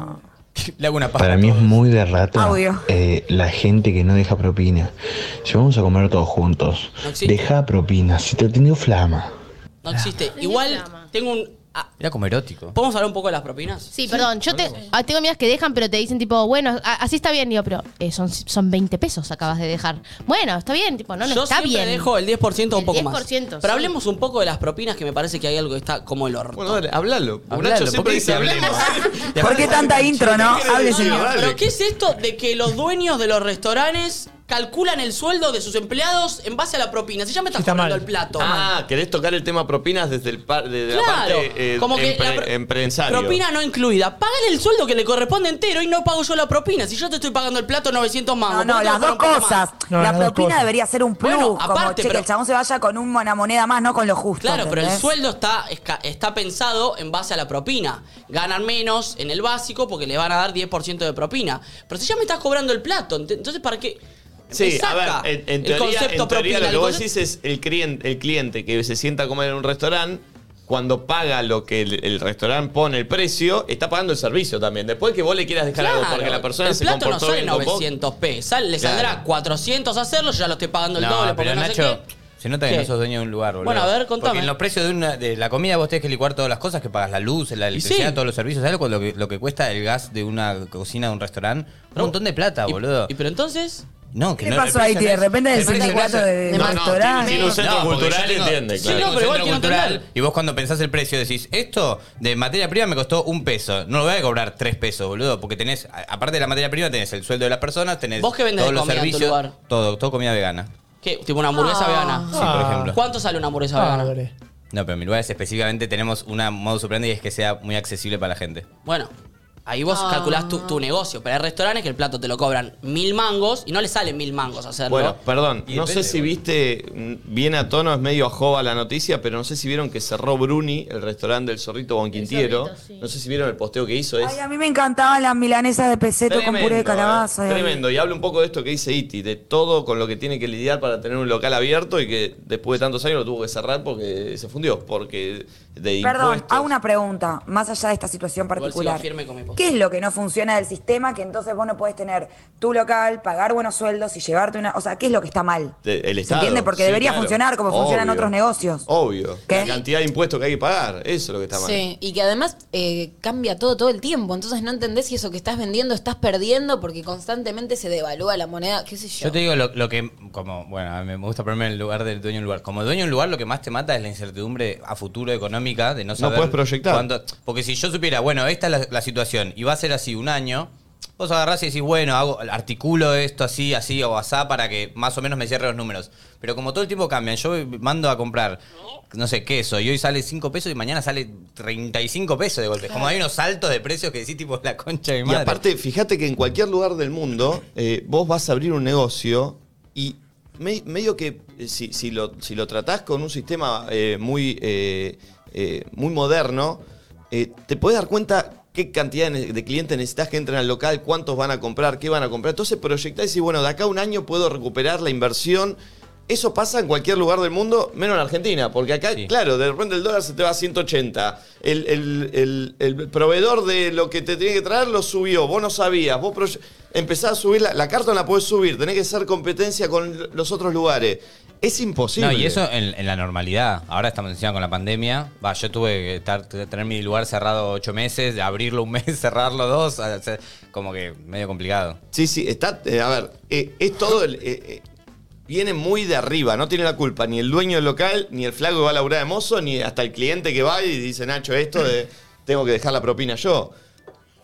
Speaker 6: Ah.
Speaker 3: Le hago una paja.
Speaker 11: Para mí es muy de rata
Speaker 7: Audio.
Speaker 11: eh, la gente que no deja propina. Si vamos a comer todos juntos,
Speaker 6: No existe.
Speaker 11: deja propina. Si te atendió flama.
Speaker 6: No existe.
Speaker 2: Tenía
Speaker 6: Igual
Speaker 2: Ah. drama.
Speaker 6: tengo un. ah,
Speaker 3: Mira como erótico.
Speaker 6: ¿Podemos hablar un poco de las propinas?
Speaker 2: Sí, perdón, yo te, ah, tengo amigas que dejan, pero te dicen tipo, bueno, a- así está bien, digo, pero eh, son, son 20 pesos acabas de dejar. Bueno, está bien, tipo, no, no
Speaker 6: Yo
Speaker 2: está
Speaker 6: siempre
Speaker 2: bien.
Speaker 6: dejo el 10% o un
Speaker 2: El
Speaker 6: poco más.
Speaker 2: 10%,
Speaker 6: Pero
Speaker 2: sí.
Speaker 6: hablemos un poco de las propinas, que me parece que hay algo que está como el horno.
Speaker 1: Bueno, dale, háblalo.
Speaker 3: Hablalo, ¿por
Speaker 1: Nacho
Speaker 3: qué
Speaker 1: siempre dice
Speaker 3: dice
Speaker 1: hablemos.
Speaker 7: [laughs]
Speaker 3: hablemos?
Speaker 7: ¿Por qué tanta intro, no? Hable,
Speaker 1: decir?
Speaker 7: señor.
Speaker 1: dale.
Speaker 6: ¿Pero qué es esto de que los dueños de los restaurantes calculan el sueldo de sus empleados en base a la propina? Si ya me estás
Speaker 4: Está
Speaker 6: cobrando
Speaker 4: mal.
Speaker 6: el plato.
Speaker 1: Ah, querés tocar el tema propinas desde, el par- desde la
Speaker 6: Claro,
Speaker 1: parte eh,
Speaker 6: como que
Speaker 1: empre-
Speaker 6: la pro-
Speaker 1: empresario.
Speaker 6: Propina no incluida. Págale el sueldo que le corresponde entero y no pago yo la propina. Si yo te estoy pagando el plato 900 más.
Speaker 7: No,
Speaker 6: vos
Speaker 7: no,
Speaker 6: podés
Speaker 7: las
Speaker 6: cobrar
Speaker 7: dos
Speaker 6: un poco más.
Speaker 7: cosas.
Speaker 4: No,
Speaker 7: la
Speaker 4: las dos
Speaker 7: propina
Speaker 4: cosas.
Speaker 7: debería ser un plus,
Speaker 6: Bueno,
Speaker 7: como che,
Speaker 6: aparte,
Speaker 7: que
Speaker 6: pero-
Speaker 7: el chabón se vaya con un- una moneda más, no con lo justo.
Speaker 6: Claro, pero el
Speaker 7: ¿entendés?
Speaker 6: sueldo está, esca- está pensado en base a la propina. Ganan menos en el básico porque le van a dar 10% de propina. Pero si ya me estás cobrando el plato, ent- entonces ¿para qué?
Speaker 1: Sí,
Speaker 6: Me saca
Speaker 1: a ver, en, en
Speaker 6: el
Speaker 1: teoría,
Speaker 6: concepto
Speaker 1: en
Speaker 6: propina.
Speaker 1: teoría lo que
Speaker 6: el
Speaker 1: vos
Speaker 6: concepto-
Speaker 1: decís es el cliente, el cliente que se sienta a comer en un restaurante, cuando paga lo que el, el restaurante pone el precio, está pagando el servicio también. Después que vos le quieras dejar algo
Speaker 6: Claro,
Speaker 1: porque la persona
Speaker 6: el
Speaker 1: se
Speaker 6: plato
Speaker 1: comportó
Speaker 6: no sale
Speaker 1: bien con vos.
Speaker 6: 900 pesos. sal- le
Speaker 1: Claro.
Speaker 6: saldrá 400 hacerlo, yo ya lo estoy pagando el doble porque
Speaker 3: pero
Speaker 6: no sé
Speaker 3: Nacho,
Speaker 6: qué.
Speaker 3: se nota que
Speaker 6: ¿Qué?
Speaker 3: no sos dueño de un lugar, boludo.
Speaker 6: Bueno, a ver, contame.
Speaker 3: Porque en los precios de, una- de la comida vos tenés que licuar todas las cosas, que pagas la luz, la
Speaker 6: sí.
Speaker 3: electricidad, todos los servicios. ¿Sabes lo que, lo que cuesta el gas de una cocina, de un restaurante? Un montón de plata,
Speaker 6: Y-
Speaker 3: bolulo.
Speaker 6: Y, pero entonces,
Speaker 3: no, que
Speaker 7: ¿Qué
Speaker 3: no, el
Speaker 7: pasó
Speaker 3: precio
Speaker 7: ahí,
Speaker 3: no
Speaker 7: tío? De
Speaker 3: es-
Speaker 7: repente
Speaker 3: el
Speaker 7: el
Speaker 3: precio
Speaker 7: sindicato
Speaker 3: no es-
Speaker 7: de
Speaker 1: No, no,
Speaker 7: restaurante.
Speaker 1: tiene un centro
Speaker 3: porque
Speaker 1: cultural,
Speaker 3: yo tengo-
Speaker 1: entiende,
Speaker 3: yo
Speaker 1: claro.
Speaker 3: tengo
Speaker 6: Sí, no, pero
Speaker 3: un
Speaker 6: igual
Speaker 3: centro
Speaker 6: quiero
Speaker 3: cultural,
Speaker 6: entender.
Speaker 3: Y vos cuando pensás el precio decís, esto de materia prima me costó un peso. No lo voy a cobrar tres pesos, boludo, porque tenés, a- aparte de la materia prima, tenés el sueldo de las personas, tenés
Speaker 6: ¿Vos qué vendés
Speaker 3: todos
Speaker 6: de
Speaker 3: los
Speaker 6: comida en tu
Speaker 3: servicios.
Speaker 6: lugar?
Speaker 3: Todo, todo comida vegana.
Speaker 6: ¿qué? Tipo una hamburguesa
Speaker 3: Sí,
Speaker 6: vegana.
Speaker 4: Ah.
Speaker 3: por ejemplo.
Speaker 6: ¿Cuánto sale una hamburguesa vegana?
Speaker 4: Padre.
Speaker 3: No, pero en mi lugar es específicamente tenemos una modo sorprendente y es que sea muy accesible para la gente.
Speaker 6: Bueno, ahí
Speaker 4: Ah.
Speaker 6: vos calculás tu, tu negocio. Pero hay restaurantes que el plato te lo cobran mil mangos y no le salen mil mangos hacerlo.
Speaker 1: Bueno, perdón,
Speaker 3: Y
Speaker 1: no
Speaker 3: depende,
Speaker 1: sé si
Speaker 3: boludo.
Speaker 1: viste, mm, bien a tono, es medio ajoba la noticia, pero no sé si vieron que cerró Bruni, el restaurante del Zorrito Bonquintiero.
Speaker 2: Zorrito, sí.
Speaker 1: No sé si vieron el posteo que hizo. Es
Speaker 7: Ay, a mí me encantaban las milanesas de peseto con puré de calabaza.
Speaker 1: eh,
Speaker 7: Ay,
Speaker 1: tremendo. Y habla un poco de esto que dice Iti, de todo con lo que tiene que lidiar para tener un local abierto y que después de tantos años lo tuvo que cerrar porque se fundió, porque de
Speaker 7: Perdón,
Speaker 1: impuestos.
Speaker 7: hago una pregunta, más allá de esta situación
Speaker 6: sigo
Speaker 7: particular.
Speaker 6: firme con mi postura.
Speaker 7: ¿Qué es lo que no funciona del sistema que entonces vos no podés tener tu local, pagar buenos sueldos y llevarte una... O sea, ¿qué es lo que está mal?
Speaker 1: De- el
Speaker 7: ¿Se
Speaker 1: Estado.
Speaker 7: entiende? Porque
Speaker 1: Sí,
Speaker 7: debería
Speaker 1: claro.
Speaker 7: funcionar como funcionan
Speaker 1: Obvio.
Speaker 7: otros negocios.
Speaker 1: Obvio.
Speaker 7: ¿Qué?
Speaker 1: La cantidad de impuestos que hay que pagar, eso es lo que está mal.
Speaker 5: Sí, y que además eh, cambia todo todo el tiempo, entonces no entendés si eso que estás vendiendo estás perdiendo porque constantemente se devalúa la moneda, qué sé yo.
Speaker 3: Yo te digo lo, lo que, como, bueno, a mí me gusta ponerme en el lugar del dueño de un lugar. Como dueño de un lugar, lo que más te mata es la incertidumbre a futuro económica de no saber.
Speaker 1: podés proyectar.
Speaker 3: cuándo- porque si yo supiera, bueno, esta es la, la situación y va a ser así un año, vos agarrás y decís, bueno, hago, articulo esto así, así o asá para que más o menos me cierre los números. Pero como todo el tiempo cambian, yo mando a comprar, no sé, queso y hoy sale 5 pesos y mañana sale 35 pesos de golpe. Como hay unos saltos de precios que decís, tipo, la concha de mi
Speaker 1: Y
Speaker 3: madre.
Speaker 1: aparte, fíjate que en cualquier lugar del mundo, eh, vos vas a abrir un negocio y me- medio que eh, si, si lo, si lo tratás con un sistema eh, muy, eh, eh, muy moderno, eh, te podés dar cuenta qué cantidad de de clientes necesitas que entren al local, cuántos van a comprar, qué van a comprar. Entonces proyectás y decís, bueno, de acá a un año puedo recuperar la inversión Eso pasa en cualquier lugar del mundo, menos en Argentina, porque acá, claro, de repente el dólar se te va a 180. El, el- el- el proveedor de lo que te tiene que traer lo subió, vos no sabías, vos proye- empezás a subir, la, la carta no la podés subir, tenés que hacer competencia con los otros lugares. Es imposible.
Speaker 3: No, y eso en, en la normalidad. Ahora estamos encima con la pandemia. Va, yo tuve que estar, tener mi lugar cerrado ocho meses, abrirlo un [laughs] mes, cerrarlo dos. hacer- Como que medio complicado.
Speaker 1: Sí, sí, está. eh, a ver, eh, es todo. el- eh, eh, viene muy de arriba, no tiene la culpa ni el dueño del local, ni el flaco que va a laburar de mozo, ni hasta el cliente que va y dice, Nacho, esto de tengo que dejar la propina yo.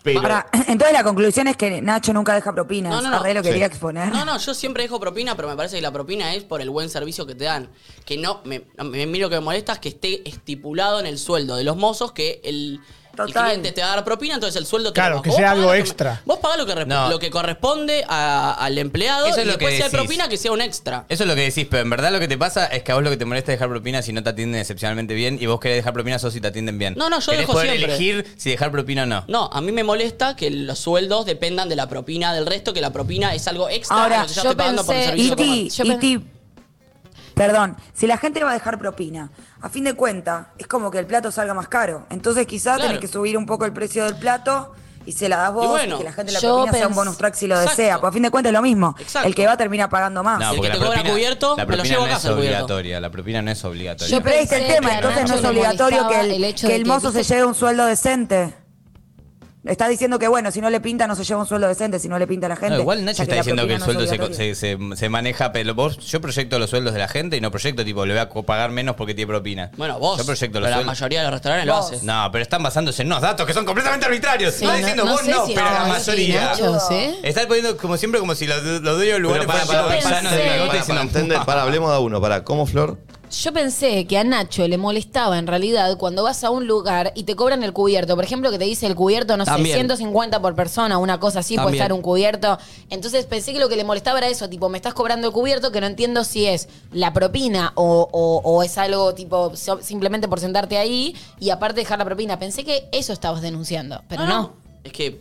Speaker 1: Pero.
Speaker 7: Ahora, [laughs] entonces la conclusión es que Nacho nunca deja propinas.
Speaker 6: No, no, no.
Speaker 7: Arre lo quería
Speaker 1: Sí.
Speaker 7: exponer.
Speaker 6: No, no, yo siempre dejo propina, pero me parece que la propina es por el buen servicio que te dan. Que no, me, me, mí lo que me molesta es que esté estipulado en el sueldo de los mozos que el, el cliente te va a dar propina, entonces el sueldo te
Speaker 4: Claro,
Speaker 6: lo
Speaker 4: que
Speaker 6: baja.
Speaker 4: sea
Speaker 6: Vos pagá
Speaker 2: Oh,
Speaker 4: algo
Speaker 6: lo que-
Speaker 4: extra.
Speaker 6: vos pagás lo que, re-
Speaker 3: No.
Speaker 6: lo que corresponde a- al empleado
Speaker 3: Eso es
Speaker 6: y
Speaker 3: lo
Speaker 6: después
Speaker 3: que
Speaker 6: si hay
Speaker 3: decís.
Speaker 6: propina que sea un extra.
Speaker 3: Eso es lo que decís, pero en verdad lo que te pasa es que a vos lo que te molesta es dejar propinas si no te atienden excepcionalmente bien y vos querés dejar propinas o si te atienden bien.
Speaker 6: No, no, yo
Speaker 3: Querés
Speaker 6: dejo
Speaker 3: poder
Speaker 6: siempre.
Speaker 3: elegir si dejar propina o no.
Speaker 6: No, a mí me molesta que los sueldos dependan de la propina del resto, que la propina es algo extra
Speaker 7: Ahora,
Speaker 6: lo que yo,
Speaker 7: yo
Speaker 6: estoy pagando por el
Speaker 7: pensé-
Speaker 6: servicio. que
Speaker 7: Iti,
Speaker 6: tomo.
Speaker 7: Iti, perdón, si la gente va a dejar propina, a fin de cuenta es como que el plato salga más caro. Entonces quizás
Speaker 6: Claro.
Speaker 7: tenés que subir un poco el precio del plato y se la das vos
Speaker 6: Y
Speaker 7: y,
Speaker 6: bueno,
Speaker 7: que la gente la
Speaker 6: yo
Speaker 7: propina sea un
Speaker 6: pens-
Speaker 7: bonus track si lo
Speaker 6: Exacto.
Speaker 7: desea. Pues a fin de cuentas es lo mismo.
Speaker 6: Exacto.
Speaker 7: El que va termina pagando más.
Speaker 3: No, porque
Speaker 6: te
Speaker 3: la
Speaker 6: cobra
Speaker 3: propina-
Speaker 6: cubierto,
Speaker 3: la
Speaker 6: me lo
Speaker 3: propina
Speaker 6: llevo a
Speaker 3: no
Speaker 6: casa
Speaker 3: es
Speaker 6: cubierto.
Speaker 3: obligatoria. La propina no es obligatoria.
Speaker 7: Pero ahí está el
Speaker 5: pensé
Speaker 7: tema,
Speaker 5: que a
Speaker 7: entonces
Speaker 5: Nacho
Speaker 7: no es
Speaker 5: le
Speaker 7: obligatorio que
Speaker 5: molestaba
Speaker 7: el,
Speaker 5: el hecho
Speaker 7: que
Speaker 5: de
Speaker 7: el
Speaker 5: que,
Speaker 7: mozo se
Speaker 5: viste-
Speaker 7: lleve un sueldo decente. Está diciendo que bueno, si no le pinta no se lleva un sueldo decente, si no le pinta a la gente.
Speaker 3: No, igual Nacho
Speaker 7: ya
Speaker 3: está
Speaker 7: la
Speaker 3: diciendo que
Speaker 7: propina
Speaker 3: el
Speaker 7: no es
Speaker 3: sueldo se,
Speaker 7: obligatoria.
Speaker 3: se, se- se maneja, pero vos, yo proyecto los sueldos de la gente y no proyecto, tipo, le voy a co- pagar menos porque tiene propina.
Speaker 6: Bueno, vos,
Speaker 3: Yo proyecto
Speaker 6: pero
Speaker 3: los
Speaker 6: la
Speaker 3: sueldos.
Speaker 6: mayoría de los restaurantes lo
Speaker 7: Vos.
Speaker 6: hace.
Speaker 3: No, pero están basándose en unos datos que son completamente arbitrarios.
Speaker 5: Sí,
Speaker 3: Estás
Speaker 5: no-
Speaker 3: diciendo
Speaker 5: no
Speaker 3: vos
Speaker 5: sé
Speaker 3: no,
Speaker 5: si-
Speaker 3: pero la
Speaker 5: no,
Speaker 3: mayoría.
Speaker 5: sí, Nachos, ¿eh?
Speaker 3: Estás poniendo como siempre como si los, los dueños del lugar
Speaker 1: Pero para, para, para, para, para, para entender, para, hablemos de uno, para, ¿cómo Flor?
Speaker 5: Yo pensé que a Nacho le molestaba en realidad cuando vas a un lugar y te cobran el cubierto. Por ejemplo, que te dice el cubierto, no
Speaker 6: También.
Speaker 5: sé, 150 por persona, una cosa así, puede
Speaker 6: También.
Speaker 5: estar un cubierto. Entonces pensé que lo que le molestaba era eso, tipo, me estás cobrando el cubierto, que no entiendo si es la propina o, o- o es algo tipo so- simplemente por sentarte ahí y aparte dejar la propina. Pensé que eso estabas denunciando, pero no.
Speaker 6: Es que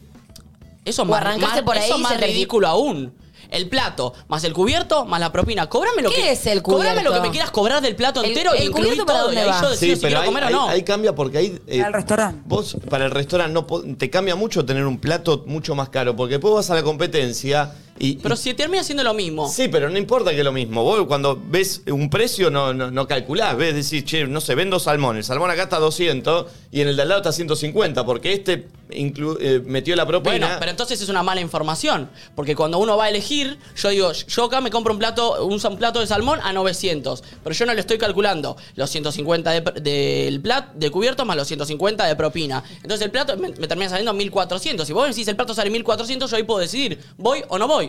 Speaker 6: eso
Speaker 5: O
Speaker 6: es más,
Speaker 5: arrancaste
Speaker 6: más-
Speaker 5: por ahí
Speaker 6: eso
Speaker 5: y
Speaker 6: más
Speaker 5: se te-
Speaker 6: ridículo aún. El plato, más el cubierto, más la propina. Cóbrame lo
Speaker 5: ¿Qué
Speaker 6: que.
Speaker 5: es el
Speaker 6: Cóbrame lo
Speaker 5: cubierto?
Speaker 6: que me quieras cobrar del plato
Speaker 5: El-
Speaker 6: entero y
Speaker 5: el
Speaker 6: incluí
Speaker 5: cubierto para
Speaker 6: todo.
Speaker 5: dónde
Speaker 6: y ahí
Speaker 5: va.
Speaker 6: yo decido si quiero
Speaker 1: ahí,
Speaker 6: comer o no.
Speaker 1: ahí- ahí cambia porque ahí. eh,
Speaker 7: Al restaurante.
Speaker 1: Vos, para el restaurante, no po- te cambia mucho tener un plato mucho más caro, porque después vas a la competencia y.
Speaker 6: Pero si termina siendo lo mismo.
Speaker 1: Sí, pero no importa que es lo mismo. Vos cuando ves un precio no, no, no calculás. Ves, decís, che, no sé, vendo salmón. El salmón acá está 200 y en el de al lado está 150 porque este inclu- eh, metió la propina.
Speaker 6: Bueno, pero entonces es una mala información. Porque cuando uno va a elegir, yo digo, yo acá me compro un plato, un sa- plato de salmón a 900. Pero yo no le estoy calculando los 150 de, pr- del plat, de cubierto más los 150 de propina. Entonces el plato me, me termina saliendo 1400. Si vos me decís el plato sale 1400, yo ahí puedo decidir, ¿voy o no voy?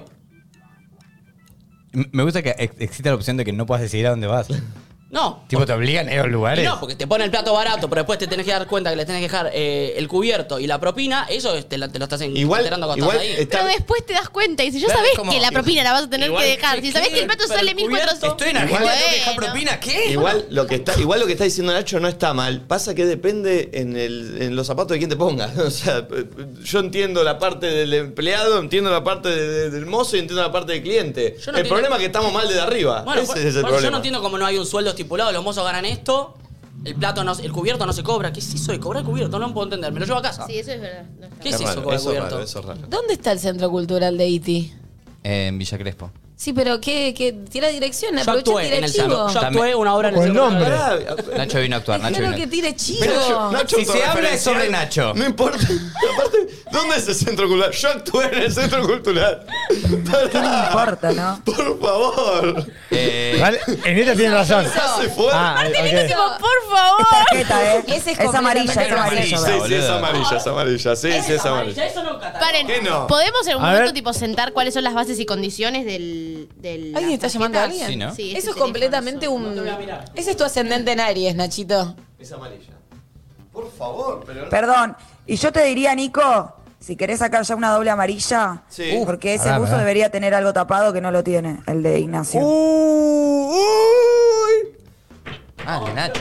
Speaker 3: Me gusta que ex- exista la opción de que no puedas decidir a
Speaker 6: [laughs]
Speaker 3: dónde vas.
Speaker 6: No.
Speaker 3: tipo, te obligan a ir a los
Speaker 6: Y
Speaker 3: lugares.
Speaker 6: no, porque te pone el plato barato, pero después te tenés que dar cuenta que le tenés que dejar eh, el cubierto y la propina. Eso es- te, la- te lo estás en-
Speaker 1: Igual-
Speaker 6: enterando cuando
Speaker 1: igual
Speaker 6: estás ahí.
Speaker 1: está-
Speaker 2: Pero después te das cuenta y si yo
Speaker 3: Claro,
Speaker 2: sabés
Speaker 3: es como-
Speaker 2: que la propina la vas a tener
Speaker 3: Igual-
Speaker 2: que dejar, si sabés que el plato
Speaker 6: pero
Speaker 2: sale
Speaker 6: el cubierto-
Speaker 2: 1400.
Speaker 3: Estoy en Argentina, tengo que dejar propina, ¿qué?
Speaker 1: Igual lo, que está, igual lo que está diciendo Nacho no está mal. Pasa que depende en, el- en los zapatos de quién te ponga. [laughs] O sea, eh, yo entiendo la parte del empleado, entiendo la parte de- de- del mozo y entiendo la parte del
Speaker 6: Yo no
Speaker 1: cliente. el
Speaker 6: entiendo-
Speaker 1: problema es que estamos mal desde arriba.
Speaker 6: Bueno,
Speaker 1: Ese
Speaker 6: por-
Speaker 1: es el
Speaker 6: por eso
Speaker 1: problema.
Speaker 6: yo no entiendo cómo no hay un sueldo estipulado. Los mozos ganan esto, el plato no, se- el cubierto no se cobra. ¿Qué es eso de cobrar el cubierto? No lo puedo entender. Me lo llevo a casa.
Speaker 2: Sí, eso es verdad. no está.
Speaker 6: ¿Qué es,
Speaker 1: raro,
Speaker 6: eso cobrar
Speaker 1: eso es
Speaker 6: cubierto?
Speaker 1: raro, eso es raro.
Speaker 5: ¿Dónde está el Centro Cultural de Iti?
Speaker 3: En Villa Crespo.
Speaker 5: Sí, pero ¿qué? qué tira dirección,
Speaker 6: yo
Speaker 5: aprovecha el
Speaker 6: actué en el
Speaker 5: directivo.
Speaker 6: salón. Yo actué una obra en el
Speaker 4: Con el
Speaker 6: salón.
Speaker 4: nombre.
Speaker 1: Pará,
Speaker 3: Nacho vino a actuar, Nacho vino
Speaker 5: Déjalo
Speaker 3: a
Speaker 5: que
Speaker 3: actuar.
Speaker 5: tire chivo.
Speaker 1: Nacho- Nacho
Speaker 3: Si se habla es
Speaker 1: autorreferencial,
Speaker 3: sobre Nacho.
Speaker 1: No importa. [laughs] Aparte, ¿dónde es el centro cultural? Yo actué en el centro
Speaker 7: [laughs]
Speaker 1: cultural.
Speaker 7: No
Speaker 1: Pará,
Speaker 7: importa, ¿no?
Speaker 1: Por favor.
Speaker 3: Eh,
Speaker 4: Vale, en esta tiene razón.
Speaker 1: Hace fuerte.
Speaker 4: Ah, ok.
Speaker 2: Tipo, por favor.
Speaker 7: Es tarjeta, ¿eh?
Speaker 5: Ese es
Speaker 7: es amarilla, es
Speaker 5: completamente
Speaker 1: Sí,
Speaker 7: amarilla.
Speaker 1: sí, sí, es
Speaker 3: boludo.
Speaker 1: amarilla, es amarilla. Sí, sí, es amarilla.
Speaker 6: Eso no cata.
Speaker 2: Paren,
Speaker 1: ¿Qué no?
Speaker 2: ¿podemos en un
Speaker 4: A
Speaker 2: momento
Speaker 4: ver.
Speaker 2: tipo sentar cuáles son las bases y condiciones del. del
Speaker 5: ¿Alguien está llamando a alguien?
Speaker 3: Sí, ¿no?
Speaker 2: Sí,
Speaker 5: Eso
Speaker 2: este
Speaker 5: es completamente
Speaker 2: teléfono,
Speaker 5: un.
Speaker 6: te voy a mirar.
Speaker 5: Ese es tu ascendente en Aries, Nachito.
Speaker 1: Es amarilla. Por favor, pero no.
Speaker 7: Perdón. Y yo te diría, Nico, si querés sacar ya una doble amarilla,
Speaker 1: Sí. Uh,
Speaker 7: porque ese
Speaker 4: pará,
Speaker 7: buzo
Speaker 4: pará.
Speaker 7: debería tener algo tapado que no lo tiene, el de Ignacio.
Speaker 6: Uh.
Speaker 3: ah, el de Nacho.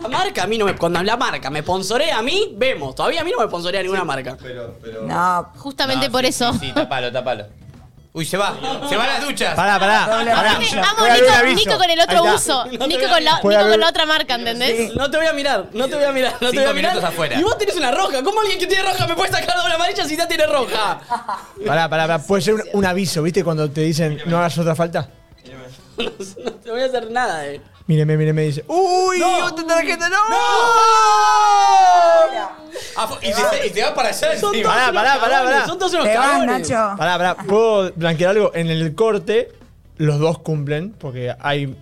Speaker 6: La marca a mí no me. Cuando la marca me sponsorea a mí, vemos. Todavía a mí no me sponsorea ninguna marca.
Speaker 1: Pero, pero.
Speaker 7: no,
Speaker 2: Justamente
Speaker 3: No,
Speaker 2: por
Speaker 3: sí,
Speaker 2: eso.
Speaker 3: Sí, sí, tapalo, tapalo. Uy, se va. Se van las duchas.
Speaker 12: Pará, pará, Doble pará.
Speaker 2: Aparte, Amo Nico, Nico con el
Speaker 6: [laughs]
Speaker 2: otro uso. Nico con
Speaker 6: Puede
Speaker 2: la, Nico con
Speaker 6: haber-
Speaker 2: la otra marca, ¿entendés?
Speaker 6: No te voy a mirar, no te voy a mirar, no te
Speaker 3: Cinco
Speaker 6: voy a mirar.
Speaker 3: minutos afuera.
Speaker 6: Y vos tenés una roja. ¿Cómo alguien que tiene roja me puede sacar doble amarilla si ya tiene
Speaker 2: [laughs]
Speaker 6: roja?
Speaker 12: Pará, pará, pará. Puede ser un, un aviso, ¿viste? Cuando te dicen no hagas otra falta.
Speaker 6: No te voy a hacer nada, eh.
Speaker 12: Míreme, míreme, dice. ¡Uy! ¡Otra tarjeta! ¡No!
Speaker 6: Ah,
Speaker 3: y, te, y te vas para allá.
Speaker 12: Son
Speaker 3: encima.
Speaker 12: todos Pará, pará, unos pará, pará. cagones, son
Speaker 6: todos
Speaker 12: unos Pará, pará. ¿Puedo blanquear algo? En el corte, los dos cumplen, porque hay.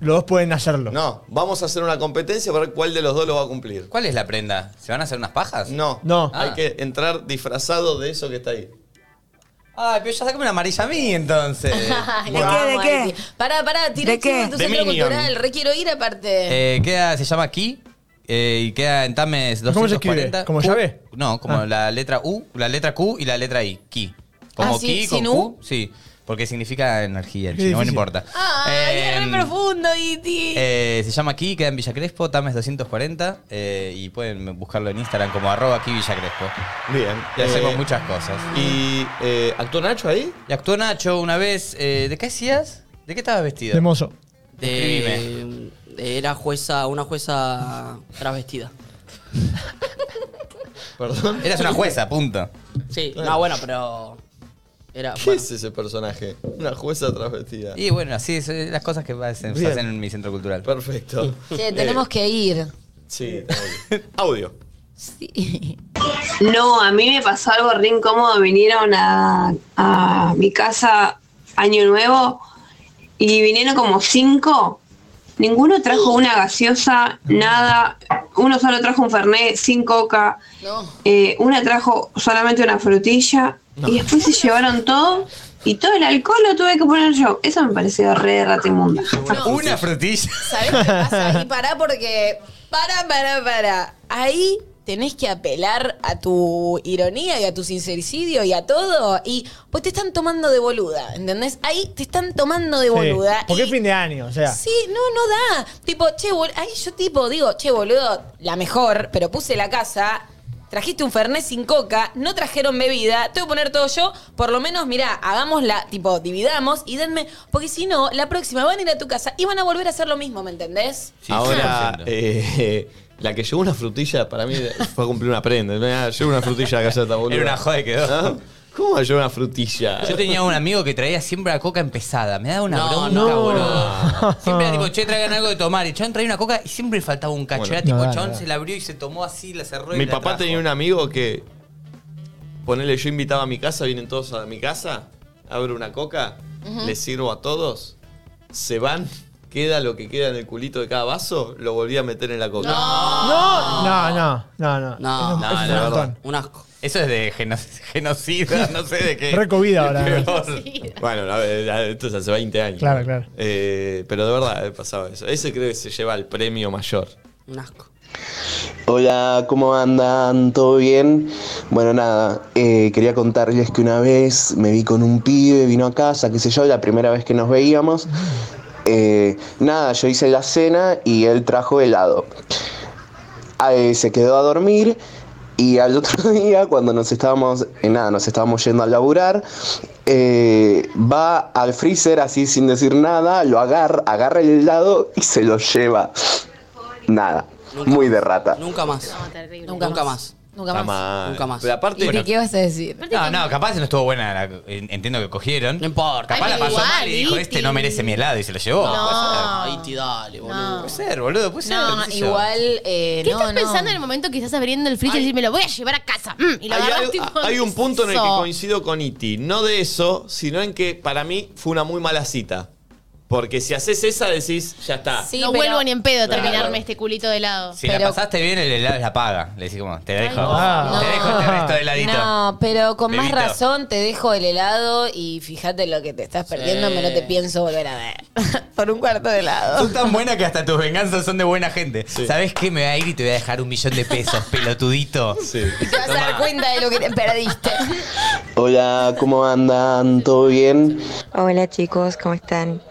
Speaker 12: Los dos pueden hacerlo.
Speaker 1: No, vamos a hacer una competencia para ver cuál de los dos lo va a cumplir.
Speaker 3: ¿Cuál es la prenda? ¿Se van a hacer unas pajas?
Speaker 1: No.
Speaker 12: No.
Speaker 1: Hay
Speaker 3: Ah.
Speaker 1: que entrar disfrazado de eso que está ahí.
Speaker 3: Ay, pero ya sacame una amarilla a mí entonces.
Speaker 5: [laughs] ¿De qué? ¿De qué? Pará, pará, tirá
Speaker 3: ¿De
Speaker 5: chivo
Speaker 3: qué?
Speaker 5: de tu
Speaker 3: Eh, De
Speaker 5: centro
Speaker 3: Minion.
Speaker 5: cultural. Re quiero ir aparte.
Speaker 3: Eh, queda, se llama aquí eh, y queda en Tames
Speaker 12: ¿Cómo se
Speaker 3: 240.
Speaker 12: escribe? ¿Como
Speaker 3: Q-
Speaker 12: llave?
Speaker 3: No, como
Speaker 12: Ah.
Speaker 3: la letra U, la letra Q y la letra I. Ki. Como
Speaker 5: Ah, ¿sí?
Speaker 3: Ki con
Speaker 5: ¿Sin
Speaker 3: Q. Sí, porque significa energía en
Speaker 12: Qué
Speaker 3: chino, no
Speaker 12: difícil.
Speaker 3: importa.
Speaker 5: Ay, es
Speaker 3: Em,
Speaker 5: re profundo, Iti.
Speaker 3: eh, se llama aquí, queda en Villa Crespo, Tames 240 eh, y pueden buscarlo en Instagram como arroba aquí Villa Crespo.
Speaker 1: Bien.
Speaker 3: Y hacemos
Speaker 1: Eh,
Speaker 3: muchas cosas.
Speaker 1: ¿Y eh, actuó Nacho ahí?
Speaker 3: Y actuó Nacho una vez. eh, ¿De qué hacías? ¿De qué estabas vestido?
Speaker 12: De mozo.
Speaker 6: Eh, era jueza, una jueza travestida.
Speaker 1: Perdón.
Speaker 3: Eras una jueza, punto.
Speaker 6: Sí,
Speaker 1: Claro.
Speaker 6: no, bueno, pero. Era.
Speaker 1: [laughs] ¿Qué
Speaker 6: bueno.
Speaker 1: es ese personaje? Una jueza travestida.
Speaker 3: Y bueno, así es, eh, las cosas que pasen-
Speaker 1: Bien.
Speaker 3: pasan en mi centro cultural.
Speaker 1: Perfecto. Eh,
Speaker 5: Che, tenemos que ir.
Speaker 1: Sí, audio.
Speaker 9: No, a mí me pasó algo re incómodo. Vinieron a, a mi casa Año Nuevo y vinieron como cinco. Ninguno trajo una gaseosa, nada. Uno solo trajo un Fernet sin coca. Eh, una trajo solamente una frutilla. Y después se llevaron todo. Y todo el alcohol lo tuve que poner yo. Eso me pareció re ratimunda.
Speaker 3: Una frutilla.
Speaker 5: ¿Sabés qué
Speaker 12: [laughs]
Speaker 5: pasa? Y pará porque. Eh, Pará, pará, pará. Ahí tenés que apelar a tu ironía y a tu sincericidio y a todo. Y pues te están tomando de boluda, ¿entendés? Ahí te están tomando de
Speaker 12: Sí,
Speaker 5: boluda.
Speaker 12: Porque
Speaker 5: y-
Speaker 12: es fin de año, o sea.
Speaker 5: Sí, no, no da. Tipo, che, boludo. Ahí yo tipo digo, che, boludo, la mejor, pero puse la casa. Trajiste un Fernet sin coca, no trajeron bebida, tengo que poner todo yo, por lo menos, mirá, hagámosla, tipo, dividamos y denme, porque si no, la próxima van a ir a tu casa y van a volver a hacer lo mismo, ¿me entendés?
Speaker 1: Ahora, eh, [laughs] la que llevó una frutilla, para mí fue a cumplir una prenda. Mirá, Llevo una frutilla a la caseta, boludo.
Speaker 3: Era una joda que quedó.
Speaker 1: ¿Ah? ¿Cómo va a llevar una frutilla?
Speaker 3: Yo tenía un amigo que traía siempre la coca empezada. Me daba una
Speaker 6: No,
Speaker 3: bronca,
Speaker 6: no.
Speaker 1: [laughs]
Speaker 3: boludo. Siempre era tipo, che, traigan algo de tomar. Y Chon traía una coca y siempre le faltaba un cacho.
Speaker 1: Bueno,
Speaker 3: Era tipo,
Speaker 1: no da,
Speaker 3: Chon
Speaker 1: no da.
Speaker 3: se la abrió y se tomó así, la cerró y
Speaker 1: Mi
Speaker 3: la
Speaker 1: papá
Speaker 3: trajo.
Speaker 1: tenía un amigo que. Ponele, yo invitaba a mi casa, vienen todos a mi casa, abro una coca,
Speaker 5: Ujú.
Speaker 1: les sirvo a todos, se van, queda lo que queda en el culito de cada vaso, lo volví a meter en la coca.
Speaker 12: No, no, no, no. No, Eso-
Speaker 6: No,
Speaker 3: No,
Speaker 12: eso
Speaker 3: no,
Speaker 12: es un
Speaker 3: no.
Speaker 12: montón.
Speaker 6: Un asco.
Speaker 3: Eso es de
Speaker 1: [laughs]
Speaker 3: geno- genocida, no sé de qué.
Speaker 12: Re COVID ahora.
Speaker 3: Peor.
Speaker 1: Bueno, la- la- esto es hace 20 años.
Speaker 12: Claro, claro.
Speaker 1: Eh, pero de verdad, eh, pasaba eso. Ese creo que se lleva el premio mayor.
Speaker 6: Un asco.
Speaker 13: Hola, ¿cómo andan? ¿Todo bien? Bueno, nada, eh, quería contarles que una vez me vi con un pibe, vino a casa, qué sé yo, la primera vez que nos veíamos. Eh, nada, yo hice la cena y él trajo helado. Ah, eh, se quedó a dormir y al otro [laughs] día, cuando nos estábamos, eh, nada, nos estábamos yendo a laburar, eh, va al freezer así sin decir nada, lo agarra, agarra el helado y se lo lleva. Nada, muy de rata.
Speaker 6: Nunca más.
Speaker 5: Nunca,
Speaker 6: Nunca
Speaker 5: más.
Speaker 6: más.
Speaker 5: Nunca
Speaker 1: Está
Speaker 5: más.
Speaker 1: mal.
Speaker 6: Nunca más.
Speaker 1: Pero aparte,
Speaker 5: ¿Y
Speaker 1: bueno,
Speaker 5: qué vas a decir?
Speaker 3: No, no, capaz no estuvo buena. la- en- entiendo que cogieron.
Speaker 6: No importa.
Speaker 3: Capaz
Speaker 2: Ay,
Speaker 3: la
Speaker 2: pero
Speaker 3: pasó
Speaker 2: igual,
Speaker 3: mal y dijo,
Speaker 2: Iti.
Speaker 3: este no merece mi helado y se lo llevó.
Speaker 2: No.
Speaker 6: Ahí te dale, boludo.
Speaker 2: No.
Speaker 3: Puede ser, boludo, puede ser.
Speaker 5: No,
Speaker 3: qué sé yo.
Speaker 5: igual. eh,
Speaker 2: ¿Qué
Speaker 5: no,
Speaker 2: estás
Speaker 5: no.
Speaker 2: pensando en el momento que estás abriendo el freezer y decís, me lo voy a llevar a casa? Mm, y lo
Speaker 1: hay,
Speaker 2: agarrás,
Speaker 1: algo-
Speaker 2: tipo,
Speaker 1: hay un
Speaker 2: ¿qué
Speaker 1: punto en el que
Speaker 2: hizo?
Speaker 1: coincido con Iti. No de eso, sino en que para mí fue una muy mala cita. Porque si haces esa, decís, ya
Speaker 3: Ah,
Speaker 1: está.
Speaker 5: Sí,
Speaker 2: no
Speaker 5: pero-
Speaker 2: vuelvo ni en pedo a
Speaker 1: Claro.
Speaker 2: terminarme este culito de helado.
Speaker 3: Si
Speaker 5: Pero-
Speaker 3: la pasaste bien, el helado es la paga. Le decís como, te dejo.
Speaker 12: no.
Speaker 3: Te dejo este resto de heladito.
Speaker 5: No, pero con
Speaker 3: Bebito.
Speaker 5: más razón te dejo el helado y fíjate lo que te estás perdiendo, pero te pienso volver a ver. [laughs] Por un cuarto de helado.
Speaker 3: Son tan buenas que hasta tus venganzas son de buena gente. ¿Sabes qué? Me voy a ir y te voy a dejar un millón de pesos, pelotudito.
Speaker 1: Sí.
Speaker 5: Te vas a dar cuenta de lo que te perdiste.
Speaker 13: Hola, ¿cómo andan? ¿Todo bien?
Speaker 14: Hola chicos, ¿cómo están?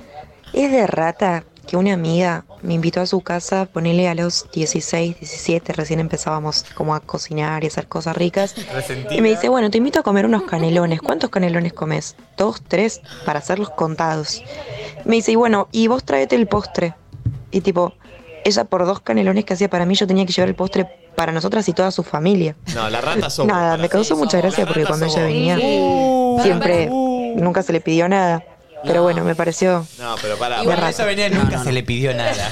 Speaker 14: Es de rata que una amiga me invitó a su casa, ponele a los 16, 17, recién empezábamos como a cocinar y hacer cosas ricas.
Speaker 3: Resentida.
Speaker 14: Y me dice, bueno, te invito a comer unos canelones. ¿Cuántos canelones comes? Dos, tres, para hacerlos contados. Me dice, y bueno, y vos tráete el postre. Y tipo, ella por dos canelones que hacía para mí, yo tenía que llevar el postre para nosotras y toda su familia.
Speaker 1: No, la rata somos.
Speaker 14: Nada, me causó mucha gracia porque cuando ella venía, siempre, nunca se le pidió nada. Pero bueno, me pareció...
Speaker 1: No, pero pará.
Speaker 14: Igual
Speaker 1: pará.
Speaker 14: esa
Speaker 3: venía nunca se le pidió nada.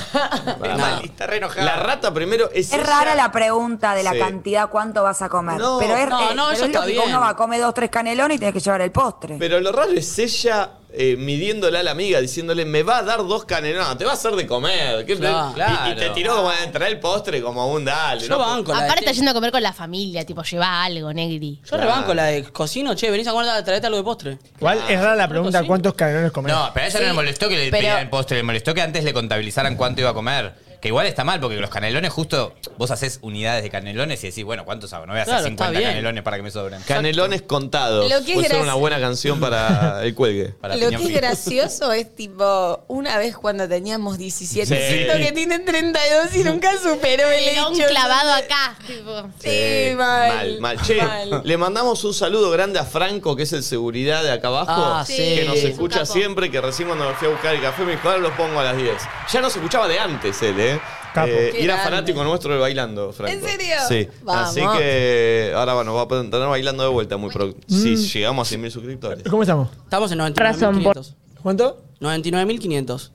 Speaker 1: Pará, mal, está re enojada. La rata primero es.
Speaker 7: Es rara la pregunta de la
Speaker 1: Sí.
Speaker 7: cantidad cuánto vas a comer.
Speaker 1: No,
Speaker 7: pero es,
Speaker 1: no,
Speaker 7: eh,
Speaker 1: no,
Speaker 7: pero
Speaker 1: eso
Speaker 7: es lo
Speaker 1: está
Speaker 7: que
Speaker 1: bien.
Speaker 7: uno va a comer dos, tres canelones y tienes que llevar el postre.
Speaker 1: Pero lo raro es ella eh, midiéndole a la amiga, diciéndole, me va a dar dos canelones, te va a hacer de comer. ¿Qué-
Speaker 6: Claro.
Speaker 1: y- y, te tiró como a entrar el postre como un dale.
Speaker 6: Yo banco la de
Speaker 2: Aparte está yendo a comer con la familia, tipo, lleva algo, negri.
Speaker 6: Yo rebanco la de cocino, che, venís a guardar, traete algo de postre. Ah.
Speaker 12: Igual es rara la pregunta cuántos canelones comés.
Speaker 3: No, pero a ella no le molestó que le
Speaker 6: pero-
Speaker 3: pidieran el postre, le molestó que antes le contabilizaran cuánto iba a comer. Que igual está mal, porque los canelones, justo vos haces unidades de canelones y decís, bueno, ¿cuántos hago? No voy a hacer
Speaker 1: Claro, está
Speaker 3: 50
Speaker 1: bien.
Speaker 3: canelones para que me sobren.
Speaker 1: Canelones contados.
Speaker 5: Lo que es
Speaker 1: Puede ser
Speaker 5: gracia-
Speaker 1: una buena canción para el cuelgue.
Speaker 5: Lo que es gracioso es tipo, una vez cuando teníamos 17,
Speaker 1: Sí.
Speaker 5: siento que tienen 32 y nunca superó el
Speaker 2: Pero
Speaker 5: hecho.
Speaker 2: un clavado acá. tipo.
Speaker 5: Sí, mal.
Speaker 1: Mal, mal. Che,
Speaker 5: Mal.
Speaker 1: le mandamos un saludo grande a Franco, que es el seguridad de acá abajo,
Speaker 6: Ah,
Speaker 1: que
Speaker 6: sí.
Speaker 1: nos
Speaker 6: Es un
Speaker 1: escucha
Speaker 6: capo.
Speaker 1: siempre, que recién cuando me fui a buscar el café me dijo, ahora los pongo a las 10. Ya nos escuchaba de antes él, ¿eh? Eh,
Speaker 5: Qué
Speaker 1: y era
Speaker 5: grande.
Speaker 1: fanático nuestro de bailando, Franco.
Speaker 5: ¿En serio?
Speaker 1: Sí.
Speaker 5: Vamos.
Speaker 1: Así que ahora bueno, va a poder tener bailando de vuelta muy pronto. Si llegamos a 100.000 suscriptores.
Speaker 12: ¿Cómo estamos?
Speaker 6: Estamos en 99.500.
Speaker 12: ¿Cuánto?
Speaker 6: 99.500.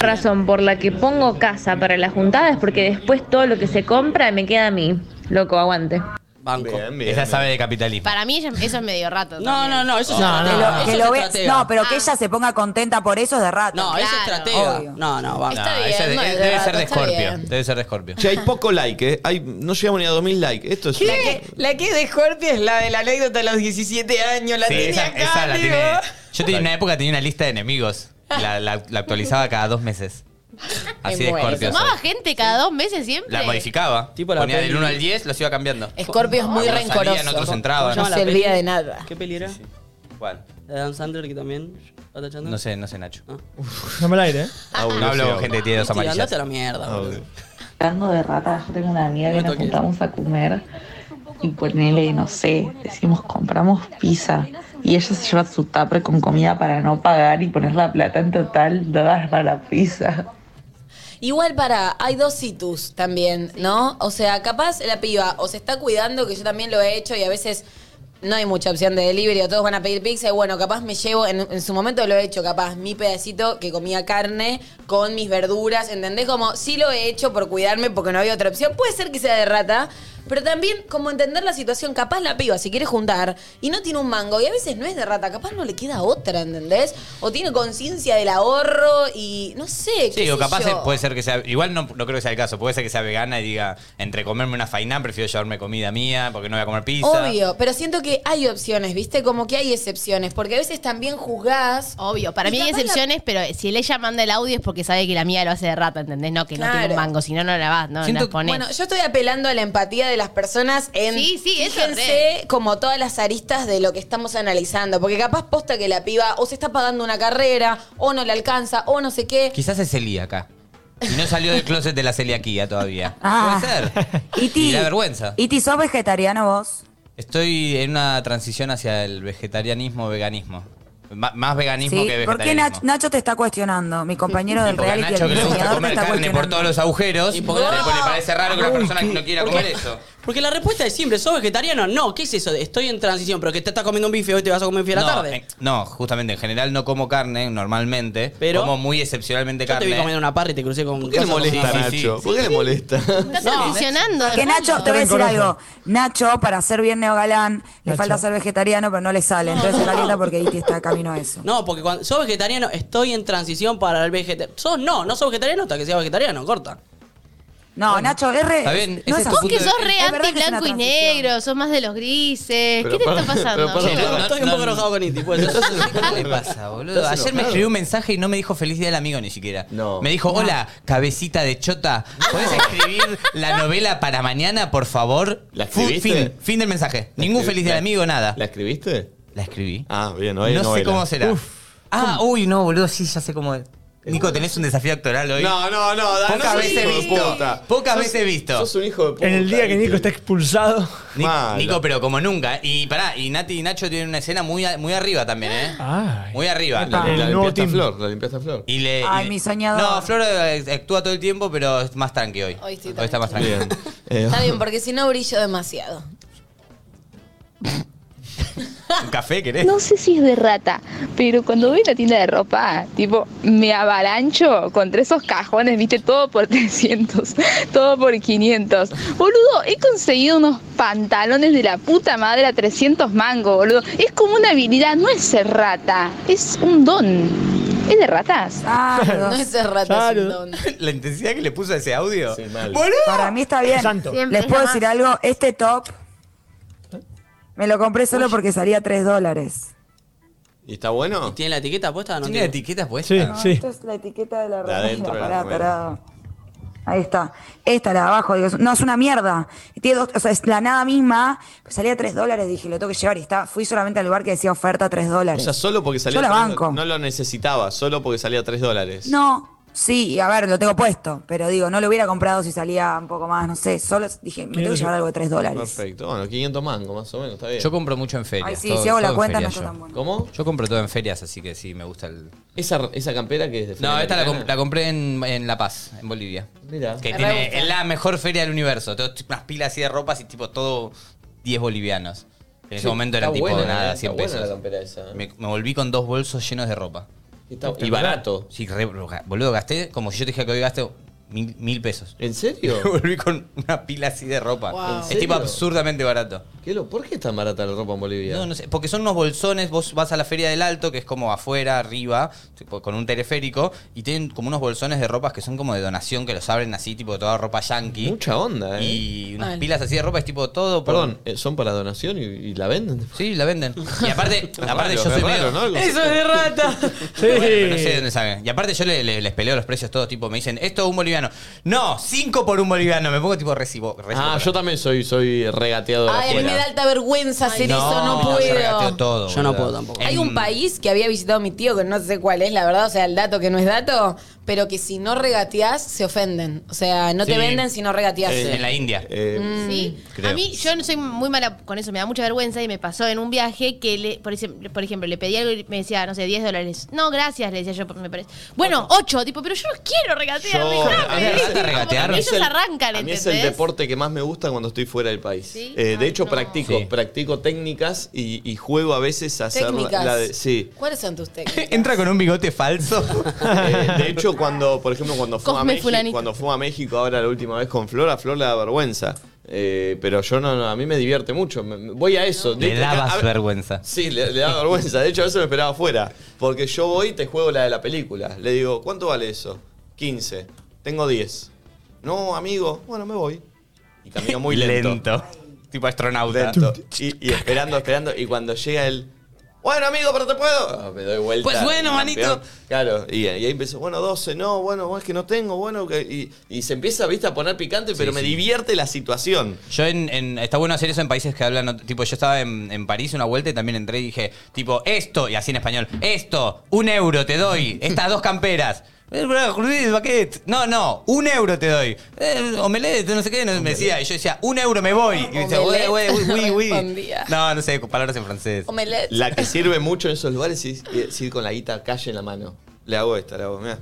Speaker 15: Razón por la que pongo casa para las juntadas es porque después todo lo que se compra me queda a mí. Loco, aguante.
Speaker 6: Banco.
Speaker 3: Ella sabe de capitalismo.
Speaker 2: Para mí ella- eso es medio rato.
Speaker 6: No, no, no, eso es
Speaker 3: No, no,
Speaker 6: estratega.
Speaker 3: no.
Speaker 6: Eso
Speaker 7: Que
Speaker 6: es
Speaker 7: lo ve-
Speaker 6: estratega.
Speaker 7: no, pero que ella se ponga contenta por eso es de rato.
Speaker 6: No, eso es
Speaker 5: Ah,
Speaker 6: estratega. No, no, vamos.
Speaker 7: Está bien,
Speaker 3: ella de-
Speaker 7: no,
Speaker 3: eh,
Speaker 7: de
Speaker 3: debe
Speaker 7: rato,
Speaker 3: ser de
Speaker 7: está
Speaker 3: Scorpio.
Speaker 7: bien.
Speaker 3: Debe ser de Scorpio.
Speaker 1: Che, hay poco like, ¿eh? Hay- no llegamos ni a 2.000 likes. Esto es...
Speaker 5: La que, la que es de Scorpio es la de la anécdota de los 17 años. La
Speaker 3: Sí,
Speaker 5: tenía
Speaker 3: esa,
Speaker 5: acá,
Speaker 3: esa la
Speaker 5: digo.
Speaker 3: tiene. Yo tenía una época tenía una lista de enemigos. La, la- la actualizaba cada dos meses. Así de Scorpio.
Speaker 2: Sumaba
Speaker 3: soy.
Speaker 2: gente cada dos meses siempre.
Speaker 3: La modificaba.
Speaker 6: la
Speaker 3: Ponía
Speaker 6: peli.
Speaker 3: del 1 al 10, los iba cambiando.
Speaker 5: Scorpio es muy
Speaker 3: Algunos
Speaker 5: rencoroso.
Speaker 3: salían, otros
Speaker 5: ¿Cómo-
Speaker 3: entraban.
Speaker 5: cómo se llama la peli? de nada.
Speaker 6: ¿Qué peli era?
Speaker 3: ¿Cuál?
Speaker 6: La de Dan Sandler que también. ¿va tachando?
Speaker 3: No sé, no sé, Nacho.
Speaker 6: Ah.
Speaker 12: No me la
Speaker 14: Ah,
Speaker 12: aire, ¿eh?
Speaker 3: No hablo con gente que tiene dos
Speaker 6: Viste,
Speaker 3: amarillas.
Speaker 6: andate a la mierda, boludo.
Speaker 9: Hablando de ratas, yo tengo una amiga que nos juntamos a comer y ponele, no sé, decimos compramos pizza y ella se lleva su tupper con comida para no pagar y poner la plata en total dada para la pizza.
Speaker 5: Igual para, hay dos situs también, ¿no? O sea, capaz la piba o se está cuidando, que yo también lo he hecho y a veces no hay mucha opción de delivery o todos van a pedir pizza y bueno, capaz me llevo, en, en su momento lo he hecho, capaz mi pedacito que comía carne con mis verduras, ¿entendés? Como sí lo he hecho por cuidarme porque no había otra opción, puede ser que sea de rata, pero también como entender la situación, capaz la piba si quiere juntar y no tiene un mango y a veces no es de rata, capaz no le queda otra, ¿entendés? O tiene conciencia del ahorro y no sé. qué
Speaker 3: Sí, o
Speaker 5: sé
Speaker 3: capaz
Speaker 5: yo.
Speaker 3: es- puede ser que sea. Igual no, no creo que sea el caso. Puede ser que sea vegana y diga, entre comerme una faina, prefiero llevarme comida mía porque no voy a comer pizza.
Speaker 5: Obvio, pero siento que hay opciones, ¿viste? Como que hay excepciones, porque a veces también juzgás.
Speaker 2: Obvio, Para mí hay excepciones, pero si ella manda el audio es porque sabe que la mía lo hace de rata, ¿entendés? No, que no tiene
Speaker 5: Claro.
Speaker 2: un mango, si no, no la vas, no
Speaker 5: Siento-
Speaker 2: la pones.
Speaker 5: bueno, yo estoy apelando a la empatía de las personas en
Speaker 2: Sí, sí, eso
Speaker 5: fíjense como todas las aristas de lo que estamos analizando, porque capaz posta que la piba o se está pagando una carrera o no le alcanza o no sé qué.
Speaker 3: Quizás es celíaca. Y no salió del closet de la celiaquía
Speaker 5: [laughs]
Speaker 3: todavía.
Speaker 7: Ah.
Speaker 6: Pues
Speaker 3: Puede ser.
Speaker 7: Iti.
Speaker 3: Y la vergüenza.
Speaker 7: ¿Y ti sos vegetariano vos?
Speaker 3: Estoy en una transición hacia el vegetarianismo veganismo. Ma- más veganismo
Speaker 7: Sí,
Speaker 3: que
Speaker 7: ¿Por qué
Speaker 3: vegetarianismo.
Speaker 7: Nach- Nacho te está cuestionando? Mi compañero del
Speaker 3: [laughs] Porque a
Speaker 7: reality,
Speaker 3: Nacho
Speaker 7: el
Speaker 3: que le gusta
Speaker 7: diseñador, me
Speaker 3: comer
Speaker 7: está
Speaker 3: carne por
Speaker 7: cuestionando.
Speaker 3: todos los agujeros,
Speaker 6: Y
Speaker 3: y
Speaker 6: porque-
Speaker 3: le parece raro que una
Speaker 6: Uy,
Speaker 3: persona que
Speaker 6: qué-
Speaker 3: no quiera
Speaker 6: ¿por qué?
Speaker 3: comer eso.
Speaker 6: Porque la respuesta es siempre, ¿sos vegetariano? No, ¿qué es eso? de Estoy en transición, pero que te estás comiendo un bife hoy te vas a comer un bife a la
Speaker 3: no,
Speaker 6: tarde.
Speaker 3: en- no, justamente, en general no como carne, normalmente.
Speaker 6: Pero-
Speaker 3: como muy excepcionalmente
Speaker 6: Yo te
Speaker 3: carne.
Speaker 6: vi comiendo una parra y te crucé con...
Speaker 1: ¿Por qué le
Speaker 6: cosas
Speaker 1: molesta a
Speaker 6: con-
Speaker 1: Nacho?
Speaker 6: Sí, sí, sí.
Speaker 1: ¿Por qué le molesta?
Speaker 2: Estás transicionando.
Speaker 7: Que Nacho, te voy a decir algo. Nacho, para ser bien neogalán, le
Speaker 6: Nacho.
Speaker 7: falta ser vegetariano, pero no le sale. Entonces se calienta porque Iti está camino a eso.
Speaker 6: No, porque cuando sos vegetariano, estoy en transición para el vegetariano. Sos no, no sos vegetariano hasta que seas vegetariano, corta.
Speaker 7: No, Nacho, es re.
Speaker 6: Está bien,
Speaker 7: no
Speaker 3: este.
Speaker 6: ese es tu
Speaker 7: así.
Speaker 2: Que sos re
Speaker 7: Es verdad
Speaker 2: anti
Speaker 7: que es una
Speaker 2: blanco y negro, sos más de los grises.
Speaker 3: Pero
Speaker 2: ¿Qué te
Speaker 3: para-
Speaker 2: está pasando?
Speaker 3: pero para-
Speaker 2: Yo-
Speaker 3: No, no,
Speaker 6: Estoy un
Speaker 3: no,
Speaker 6: poco
Speaker 3: [laughs] no.
Speaker 6: enojado con Iti, pues.
Speaker 3: ¿Qué le pasa, boludo?
Speaker 6: Estás
Speaker 3: Ayer me
Speaker 6: enojado.
Speaker 3: escribió un mensaje y no me dijo feliz día del amigo ni siquiera. Me dijo, hola, cabecita de chota, ¿puedes escribir la novela para mañana, por favor?
Speaker 1: ¿La
Speaker 3: Fu-
Speaker 1: escribiste?
Speaker 3: Fin, fin del mensaje. Ningún feliz día del amigo, nada.
Speaker 1: ¿La escribiste?
Speaker 3: La escribí.
Speaker 1: Ah, bien, no
Speaker 3: No
Speaker 1: hay
Speaker 3: sé
Speaker 1: novela.
Speaker 3: cómo será.
Speaker 1: Uf,
Speaker 3: ah, uy, no, boludo, sí, ya sé cómo es. Nico, tenés un desafío actoral hoy.
Speaker 1: No, no, no, dale,
Speaker 3: Pocas
Speaker 1: no seas
Speaker 3: veces
Speaker 1: hijo de
Speaker 3: visto.
Speaker 1: puta.
Speaker 3: Pocas
Speaker 1: Sos-
Speaker 3: veces visto.
Speaker 1: sos un hijo de puta,
Speaker 12: En el día que Nico está expulsado.
Speaker 3: Ni- Nico, pero como nunca. Y pará, y Nati y Nacho tienen una escena muy, a- muy arriba también, ¿eh? muy arriba.
Speaker 1: La, la limpiaste a Flor, la limpiaste a Flor.
Speaker 3: Y le-
Speaker 7: Ay,
Speaker 3: y-
Speaker 7: mi soñador.
Speaker 3: No, Flor eh, actúa todo el tiempo, pero es más tranqui hoy.
Speaker 5: Hoy sí,
Speaker 3: está más tranqui. Eh.
Speaker 5: Está [laughs] bien, Eh, porque si no brillo demasiado.
Speaker 3: ¿Un café
Speaker 16: [laughs]
Speaker 3: querés?
Speaker 16: No sé si es de rata, pero cuando voy a la tienda de ropa, tipo, me avalancho contra esos cajones, viste, todo por [laughs] 300, todo por 500. Boludo, he conseguido unos pantalones de la puta madre a 300 mangos, boludo. Es como una habilidad, no es ser rata, es un don. Es de ratas.
Speaker 3: Ah,
Speaker 5: [laughs] No es ser rata, es un don.
Speaker 3: [laughs] La intensidad que le puso a ese audio.
Speaker 7: Para mí está bien.
Speaker 5: Siempre,
Speaker 7: Les puedo
Speaker 5: jamás.
Speaker 7: decir algo, este top me lo compré solo porque salía 3 dólares.
Speaker 1: ¿Y está bueno?
Speaker 6: ¿Tiene la etiqueta puesta? o ¿No
Speaker 3: ¿Tiene la etiqueta puesta?
Speaker 7: No, Esta es la etiqueta de la
Speaker 1: De adentro de la
Speaker 7: Pará,
Speaker 1: remera.
Speaker 7: tarado. Ahí está. Esta, la de abajo. digo, es- no, es una mierda. Tiene dos, o sea, es la nada misma. Pues salía 3 dólares, dije, lo tengo que llevar. Y está, fui solamente al lugar que decía oferta 3
Speaker 1: O
Speaker 7: dólares.
Speaker 1: sea, solo porque salía
Speaker 7: Yo la
Speaker 1: tres-
Speaker 7: banco.
Speaker 1: No lo necesitaba, solo porque salía 3 dólares.
Speaker 7: No, sí, a ver, lo tengo puesto. Pero digo, no lo hubiera comprado si salía un poco más, no sé. Solo dije, me tengo que llevar algo de 3 dólares.
Speaker 1: Perfecto. Bueno, 500 mango más o menos, está bien.
Speaker 3: Yo compro mucho en ferias.
Speaker 7: Ay, sí,
Speaker 3: todo-
Speaker 7: si hago la
Speaker 3: todo en
Speaker 7: cuenta,
Speaker 3: ferias
Speaker 7: no está
Speaker 3: yo.
Speaker 7: tan bueno.
Speaker 1: ¿Cómo?
Speaker 3: Yo compro todo en ferias, así que sí, me gusta el.
Speaker 1: Esa, esa campera que es de
Speaker 3: No,
Speaker 1: Feria
Speaker 3: esta la,
Speaker 1: Americana.
Speaker 3: comp- la compré en, en La Paz, en Bolivia.
Speaker 1: Mira.
Speaker 3: Que
Speaker 1: Me
Speaker 3: tiene,
Speaker 1: re gusta.
Speaker 3: es la mejor feria del universo. Todo, tipo, unas pilas así de ropas y tipo todo 10 bolivianos. En ese
Speaker 1: Sí,
Speaker 3: momento
Speaker 1: está
Speaker 3: era tipo
Speaker 1: buena, eh,
Speaker 3: nada,
Speaker 1: está
Speaker 3: 100
Speaker 1: buena
Speaker 3: pesos.
Speaker 1: la campera esa.
Speaker 3: Me, me volví con dos bolsos llenos de ropa.
Speaker 1: Está-
Speaker 3: y
Speaker 1: está
Speaker 3: barato. Sí, re- boludo, gasté como si yo te dijera que hoy gasto mil, mil pesos.
Speaker 1: ¿En serio?
Speaker 3: [laughs] Me volví con una pila así de ropa.
Speaker 1: Wow. ¿En
Speaker 3: Es tipo
Speaker 1: serio?
Speaker 3: absurdamente barato.
Speaker 1: ¿Qué lo- ¿Por qué es tan barata la ropa en Bolivia?
Speaker 3: No, no sé, porque son unos bolsones, vos vas a la Feria del Alto, que es como afuera, arriba, tipo, con un teleférico, y tienen como unos bolsones de ropas que son como de donación, que los abren así, tipo toda ropa yankee.
Speaker 1: Mucha onda, ¿eh?
Speaker 3: Y unas
Speaker 1: Mal.
Speaker 3: pilas así de ropa, es tipo todo por-
Speaker 1: Perdón, eh, ¿son para donación y, y la venden?
Speaker 3: Sí, la venden. Y aparte,
Speaker 1: [laughs] Es
Speaker 3: aparte
Speaker 1: raro,
Speaker 3: yo
Speaker 1: es
Speaker 3: soy
Speaker 1: raro,
Speaker 3: medio...
Speaker 1: ¿no? Algo
Speaker 3: ¡Eso
Speaker 1: así.
Speaker 3: es de rata! Pero bueno, pero no sé de dónde sacan. Y aparte yo le- le- les peleo los precios todos, tipo, me dicen, esto es un boliviano. No, cinco por un boliviano. Me pongo tipo recibo. recibo
Speaker 1: Ah, yo también soy, soy regateador.
Speaker 5: Ay, a mí me da alta vergüenza hacer eso, no
Speaker 1: yo
Speaker 5: puedo.
Speaker 1: regateo
Speaker 3: todo.
Speaker 6: Yo no
Speaker 1: boludo.
Speaker 6: puedo tampoco.
Speaker 5: Hay
Speaker 1: Em,
Speaker 5: un país que había visitado mi tío, que no sé cuál es, la verdad, o sea, el dato que no es dato, pero que si no regateás, se ofenden. O sea, no te
Speaker 3: Sí.
Speaker 5: venden si no regateás.
Speaker 3: Eh, en la India.
Speaker 5: Mm.
Speaker 1: eh,
Speaker 2: ¿Sí?
Speaker 3: Creo.
Speaker 2: A mí, yo no soy muy mala con eso, me da mucha vergüenza y me pasó en un viaje que, le, por, ejemplo, por ejemplo, le pedí algo y me decía, no sé, 10 dólares. No, gracias, le decía yo, me parece. Bueno, 8, tipo, pero yo no quiero regatear.
Speaker 1: a mí
Speaker 2: dejame.
Speaker 1: me
Speaker 2: Como
Speaker 1: gusta
Speaker 2: que
Speaker 1: regatear.
Speaker 2: Ellos
Speaker 1: Es el-
Speaker 2: arrancan,
Speaker 1: A mí es
Speaker 2: ¿entendés?
Speaker 1: el deporte que más me gusta cuando estoy fuera del país.
Speaker 2: ¿Sí?
Speaker 1: Eh, de hecho, practico, practico técnicas y, y juego a veces a hacer
Speaker 5: Técnicas.
Speaker 1: la de. Sí.
Speaker 5: ¿Cuáles son tus técnicas?
Speaker 1: [laughs]
Speaker 3: Entra con un bigote falso.
Speaker 1: Eh, de hecho, cuando, por ejemplo, cuando fue a
Speaker 5: Cosme
Speaker 1: México,
Speaker 5: fulanito.
Speaker 1: cuando fue a México ahora la última vez con Flor, a Flor le da vergüenza. Eh, pero yo no, no, a mí me divierte mucho. Me- me- voy a eso. De
Speaker 3: Le
Speaker 1: hecho,
Speaker 3: dabas
Speaker 1: a- a-
Speaker 3: vergüenza.
Speaker 1: Sí, le, le da vergüenza. De hecho, a veces me esperaba afuera. Porque yo voy y te juego la de la película. Le digo, ¿cuánto vale eso? 15. Tengo 10. No, amigo. Bueno, me voy. Y camino muy lento.
Speaker 3: Tipo astronauta.
Speaker 1: Lento. Y, y esperando, esperando. Y cuando llega el... Bueno, amigo, pero te puedo. Ah, me doy vuelta.
Speaker 3: Pues bueno,
Speaker 1: campeón.
Speaker 3: manito.
Speaker 1: Claro, y, y ahí empezó, bueno, 12, no, bueno, es que no tengo, bueno, que- y, y se empieza, viste, a poner picante, pero me
Speaker 3: sí.
Speaker 1: divierte la situación.
Speaker 3: Yo en, en- Está bueno hacer eso en países que hablan... otro- Tipo, yo estaba en, en París una vuelta y también entré y dije, tipo, esto, y así en español, esto, un euro te
Speaker 1: [laughs]
Speaker 3: doy, estas dos camperas. Eh, bro, Luis, baguette. No, no, un euro te doy. Eh, omelette, no sé qué, no, me decía. Y yo decía, un euro me voy. Y me decía,
Speaker 5: Omelette.
Speaker 3: "Ué, ué,
Speaker 1: Eh,
Speaker 3: uy, uy, uy".
Speaker 5: Respondía.
Speaker 3: No, no sé, palabras en francés.
Speaker 5: Omelette.
Speaker 1: La que sirve mucho en esos lugares es, es ir con la guita calle en la mano. Le hago esta, le hago, mirá.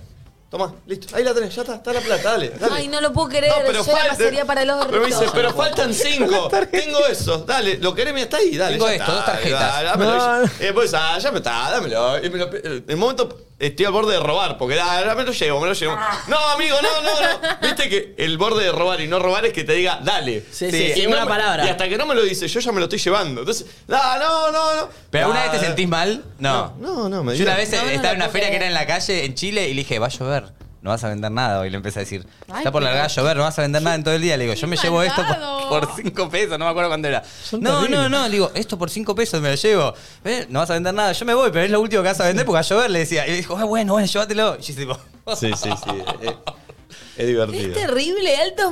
Speaker 1: Toma, listo, ahí la tenés, ya está, está la plata, dale, dale.
Speaker 5: Ay, no lo puedo creer,
Speaker 1: No, pero
Speaker 5: yo la
Speaker 1: falta-
Speaker 5: pasaría para los
Speaker 1: Pero me dice, pero faltan cinco. Tengo eso. Dale, lo querés, mira, está ahí, dale.
Speaker 3: Tengo
Speaker 1: ya
Speaker 3: esto,
Speaker 1: está,
Speaker 3: dos tarjetas.
Speaker 1: da- dámelo.
Speaker 3: No.
Speaker 1: Y después, ah, ya me está, dámelo. Y me lo- eh, en el momento estoy al borde de robar, porque ah, ya me lo llevo, me lo llevo. No, amigo, no, no, no. Viste que el borde de robar y no robar es que te diga, dale.
Speaker 6: Sí, sí, sí,
Speaker 1: Y
Speaker 6: una
Speaker 1: no me-
Speaker 6: palabra.
Speaker 1: Y hasta que no me lo dice, yo ya me lo estoy llevando. Entonces, ah, [laughs] no, no, no.
Speaker 3: ¿Pero alguna
Speaker 1: Ah,
Speaker 3: vez te sentís mal? No.
Speaker 1: No, no, me
Speaker 3: Yo una
Speaker 1: digas.
Speaker 3: vez
Speaker 1: No, no,
Speaker 3: estaba
Speaker 1: no
Speaker 3: en una
Speaker 1: puedo
Speaker 3: feria que
Speaker 1: creer.
Speaker 3: era en la calle en Chile y le dije, va a llover, no vas a vender nada. Y le empecé a decir,
Speaker 1: Ay,
Speaker 3: está por
Speaker 1: pero-
Speaker 3: largar a llover, no vas a vender nada en todo el día. Le digo, yo me llevo esto
Speaker 1: malvado.
Speaker 3: por, por cinco pesos, no me acuerdo cuándo era. No, no,
Speaker 1: terribles.
Speaker 3: no, le digo, esto por cinco pesos me lo llevo. "Eh, No vas a vender nada, yo me voy, pero es lo último que vas a vender porque va a llover, le decía. Y dijo, ah, bueno, bueno, llévatelo. Y yo tipo,
Speaker 1: Sí, sí, sí. Es, es divertido.
Speaker 5: Es terrible, altos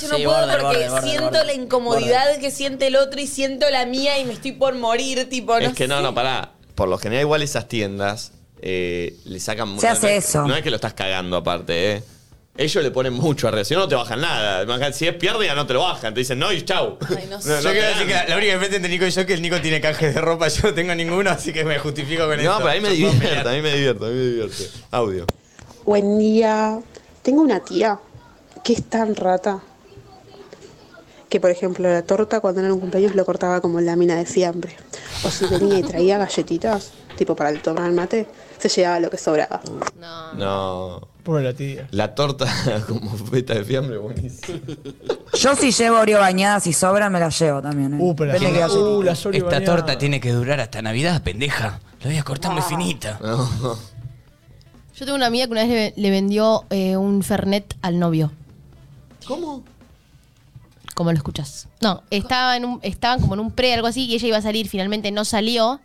Speaker 1: Borde,
Speaker 5: yo no
Speaker 1: sí,
Speaker 5: puedo
Speaker 1: borde,
Speaker 5: porque
Speaker 1: borde, borde,
Speaker 5: siento
Speaker 1: borde.
Speaker 5: la incomodidad que siente el otro y siento la mía y me estoy por morir, tipo, no
Speaker 1: es que no, no, pará. Por lo general, igual esas tiendas. eh, le sacan...
Speaker 7: Se hace
Speaker 1: no,
Speaker 7: eso.
Speaker 1: No es que lo estás cagando aparte, ¿eh? Ellos le ponen mucho arriba, si no, no te bajan nada. Imagínate, Si es pierde, ya no te lo bajan. Te dicen no y chau. [laughs]
Speaker 5: no sé.
Speaker 3: Yo quiero
Speaker 1: te dan.
Speaker 3: decir que la, la única diferencia entre Nico y yo es que el Nico tiene canjes de ropa, yo no tengo ninguno, así que me justifico con eso.
Speaker 1: No, pero a mí me divierte, a mí me divierte, a mí me divierte. Audio.
Speaker 17: Buen día. Tengo una tía que es tan rata que, por ejemplo, la torta cuando era un cumpleaños lo cortaba como lámina de siempre. O si venía y traía galletitas, tipo para el tomar mate, se llevaba lo que sobraba.
Speaker 3: Ah.
Speaker 1: No.
Speaker 12: Pobre la tía.
Speaker 1: La torta [laughs] como feta de fiambre, buenísimo.
Speaker 3: Ah,
Speaker 7: Yo si llevo Oreo bañadas y sobran, me las llevo también. ¿eh? Depende de qué
Speaker 3: uh,
Speaker 7: galleta.
Speaker 3: Esta torta tiene que durar hasta Navidad, pendeja. La voy a cortar
Speaker 1: Ah.
Speaker 3: muy
Speaker 1: [laughs]
Speaker 3: finita.
Speaker 2: Yo tengo una amiga que una vez le, le vendió eh, un Fernet al novio.
Speaker 1: ¿Cómo?
Speaker 2: Como lo escuchas. No, estaba en un, estaban como en un pre, algo así, y ella iba a salir, finalmente no salió.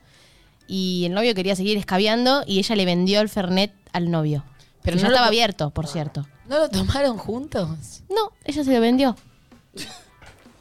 Speaker 2: Y el novio quería seguir escabeando y ella le vendió el Fernet al novio. Pero
Speaker 5: no
Speaker 2: no
Speaker 5: lo
Speaker 2: estaba
Speaker 5: to-
Speaker 2: abierto, por cierto.
Speaker 5: ¿No lo tomaron juntos?
Speaker 2: No, ella se lo vendió.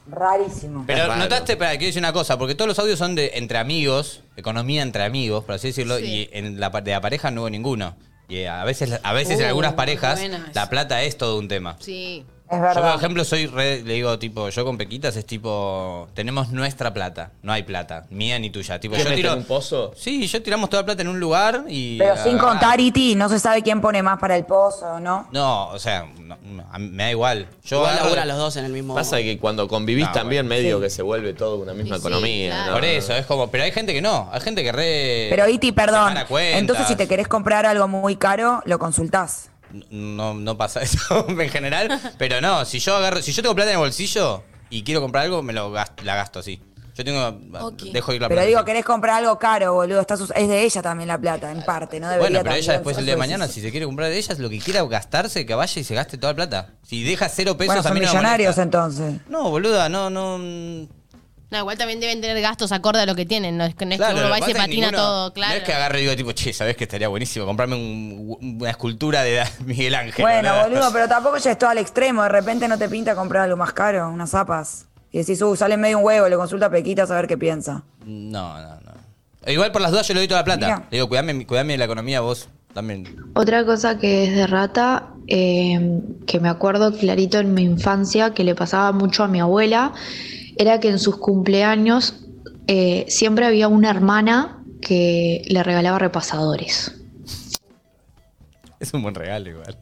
Speaker 7: Rarísimo.
Speaker 3: Pero notaste, espera, quiero decir una cosa, porque todos los audios son de entre amigos, economía entre amigos, por así decirlo, y en la, pa- de la pareja no hubo ninguno. Y a veces, a veces en
Speaker 5: Uh,
Speaker 3: algunas parejas,
Speaker 5: buena esa.
Speaker 3: la plata es todo un tema.
Speaker 2: Sí.
Speaker 7: Es
Speaker 3: Yo, por
Speaker 7: verdad.
Speaker 3: ejemplo, soy re- le digo, tipo, yo con Pequitas es tipo, tenemos nuestra plata, no hay plata, mía ni tuya. Tipo,
Speaker 1: ¿Qué,
Speaker 3: yo
Speaker 1: meten
Speaker 3: tiro.
Speaker 1: un pozo?
Speaker 3: Sí, yo tiramos toda la plata en un lugar y.
Speaker 7: Pero sin
Speaker 3: ah,
Speaker 7: contar Iti, no se sabe quién pone más para el pozo, ¿no?
Speaker 3: No, o sea, no, no, a mí me da igual. Yo
Speaker 1: Igual
Speaker 3: agarro-
Speaker 1: laburan
Speaker 6: los dos en el mismo.
Speaker 1: Pasa que cuando convivís
Speaker 3: No,
Speaker 1: también
Speaker 3: bueno.
Speaker 1: medio
Speaker 3: Sí.
Speaker 1: que se vuelve todo una misma
Speaker 3: sí,
Speaker 1: economía.
Speaker 3: claro.
Speaker 1: ¿no?
Speaker 3: Por eso, es como, pero hay gente que no, hay gente que re.
Speaker 7: Pero Iti, perdón.
Speaker 3: separa cuentas.
Speaker 7: Entonces, si te querés comprar algo muy caro, lo consultás.
Speaker 3: No, no pasa [laughs] eso en general. Pero no, si yo agarro, si yo tengo plata en el bolsillo y quiero comprar algo, me lo gasto, la gasto así. Yo tengo. Dejo ir la
Speaker 7: Pero
Speaker 3: plata.
Speaker 7: digo, querés comprar algo caro, boludo. Está sus- Es de ella también la plata, en parte. No
Speaker 3: bueno,
Speaker 7: debería
Speaker 3: pero ella
Speaker 7: también
Speaker 3: después
Speaker 7: ser
Speaker 3: el día de
Speaker 7: su
Speaker 3: mañana, si se quiere comprar de ellas, lo que quiera gastarse, que vaya y se gaste toda la plata. Si deja cero pesos
Speaker 7: Bueno,
Speaker 3: a
Speaker 7: son
Speaker 3: mí no me
Speaker 7: millonarios
Speaker 3: molesta.
Speaker 7: entonces.
Speaker 3: No, boluda, no, no.
Speaker 2: No, igual también deben tener gastos acorde a lo que tienen. No es que, no es que
Speaker 3: lo
Speaker 2: uno va y
Speaker 3: que pasa
Speaker 2: se
Speaker 3: es que
Speaker 2: patina
Speaker 3: ninguno-
Speaker 2: todo, claro.
Speaker 3: No es que agarre y digo, tipo, che, ¿sabés que estaría buenísimo comprarme un- una escultura de [laughs] Miguel Ángel?
Speaker 7: Bueno,
Speaker 3: boluda? [laughs]
Speaker 7: boludo, pero tampoco ya es todo al extremo. De repente no te pinta comprar algo más caro, unas zapas. Y decís, uh, sale en medio un huevo, le consulta a Pequita a ver qué piensa.
Speaker 3: No, no, no. E Igual por las dudas yo le doy toda la plata. Le digo, cuidame, cuidame la economía vos también.
Speaker 9: Otra cosa que es de rata, eh, que me acuerdo clarito en mi infancia, que le pasaba mucho a mi abuela, era que en sus cumpleaños eh, siempre había una hermana que le regalaba repasadores.
Speaker 3: [laughs] Es un buen regalo igual.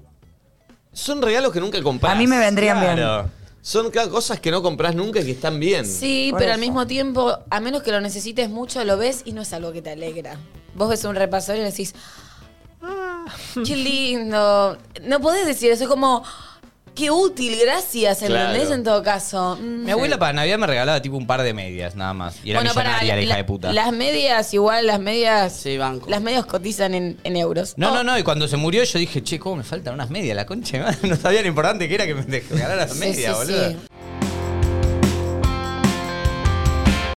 Speaker 1: Son regalos que nunca compras.
Speaker 7: A mí me vendrían
Speaker 1: Claro. Son claro, cosas que no compras nunca y que están bien.
Speaker 5: Sí, pero al mismo tiempo, a menos que lo necesites mucho, lo ves y no es algo que te alegra. Vos ves un repasador y decís, "Ah,
Speaker 3: [laughs]
Speaker 5: qué lindo. No podés decir eso, es como, qué útil, gracias, ¿entendés?
Speaker 3: Claro.
Speaker 5: En todo caso. Mm.
Speaker 3: Mi abuela para Navidad me regalaba tipo un par de medias nada más. Y era
Speaker 5: Bueno, pará,
Speaker 3: millonaria, la hija
Speaker 5: la-
Speaker 3: de puta.
Speaker 5: Las medias, igual, las medias.
Speaker 6: banco.
Speaker 5: Las medias cotizan en, en euros. Oh.
Speaker 3: No, no, no. Y cuando se [laughs] murió yo dije, che, ¿cómo me faltan unas medias? La concha de madre. No sabía lo importante que era que me regalara las
Speaker 5: Sí,
Speaker 3: medias,
Speaker 5: sí,
Speaker 3: boludo.
Speaker 5: sí.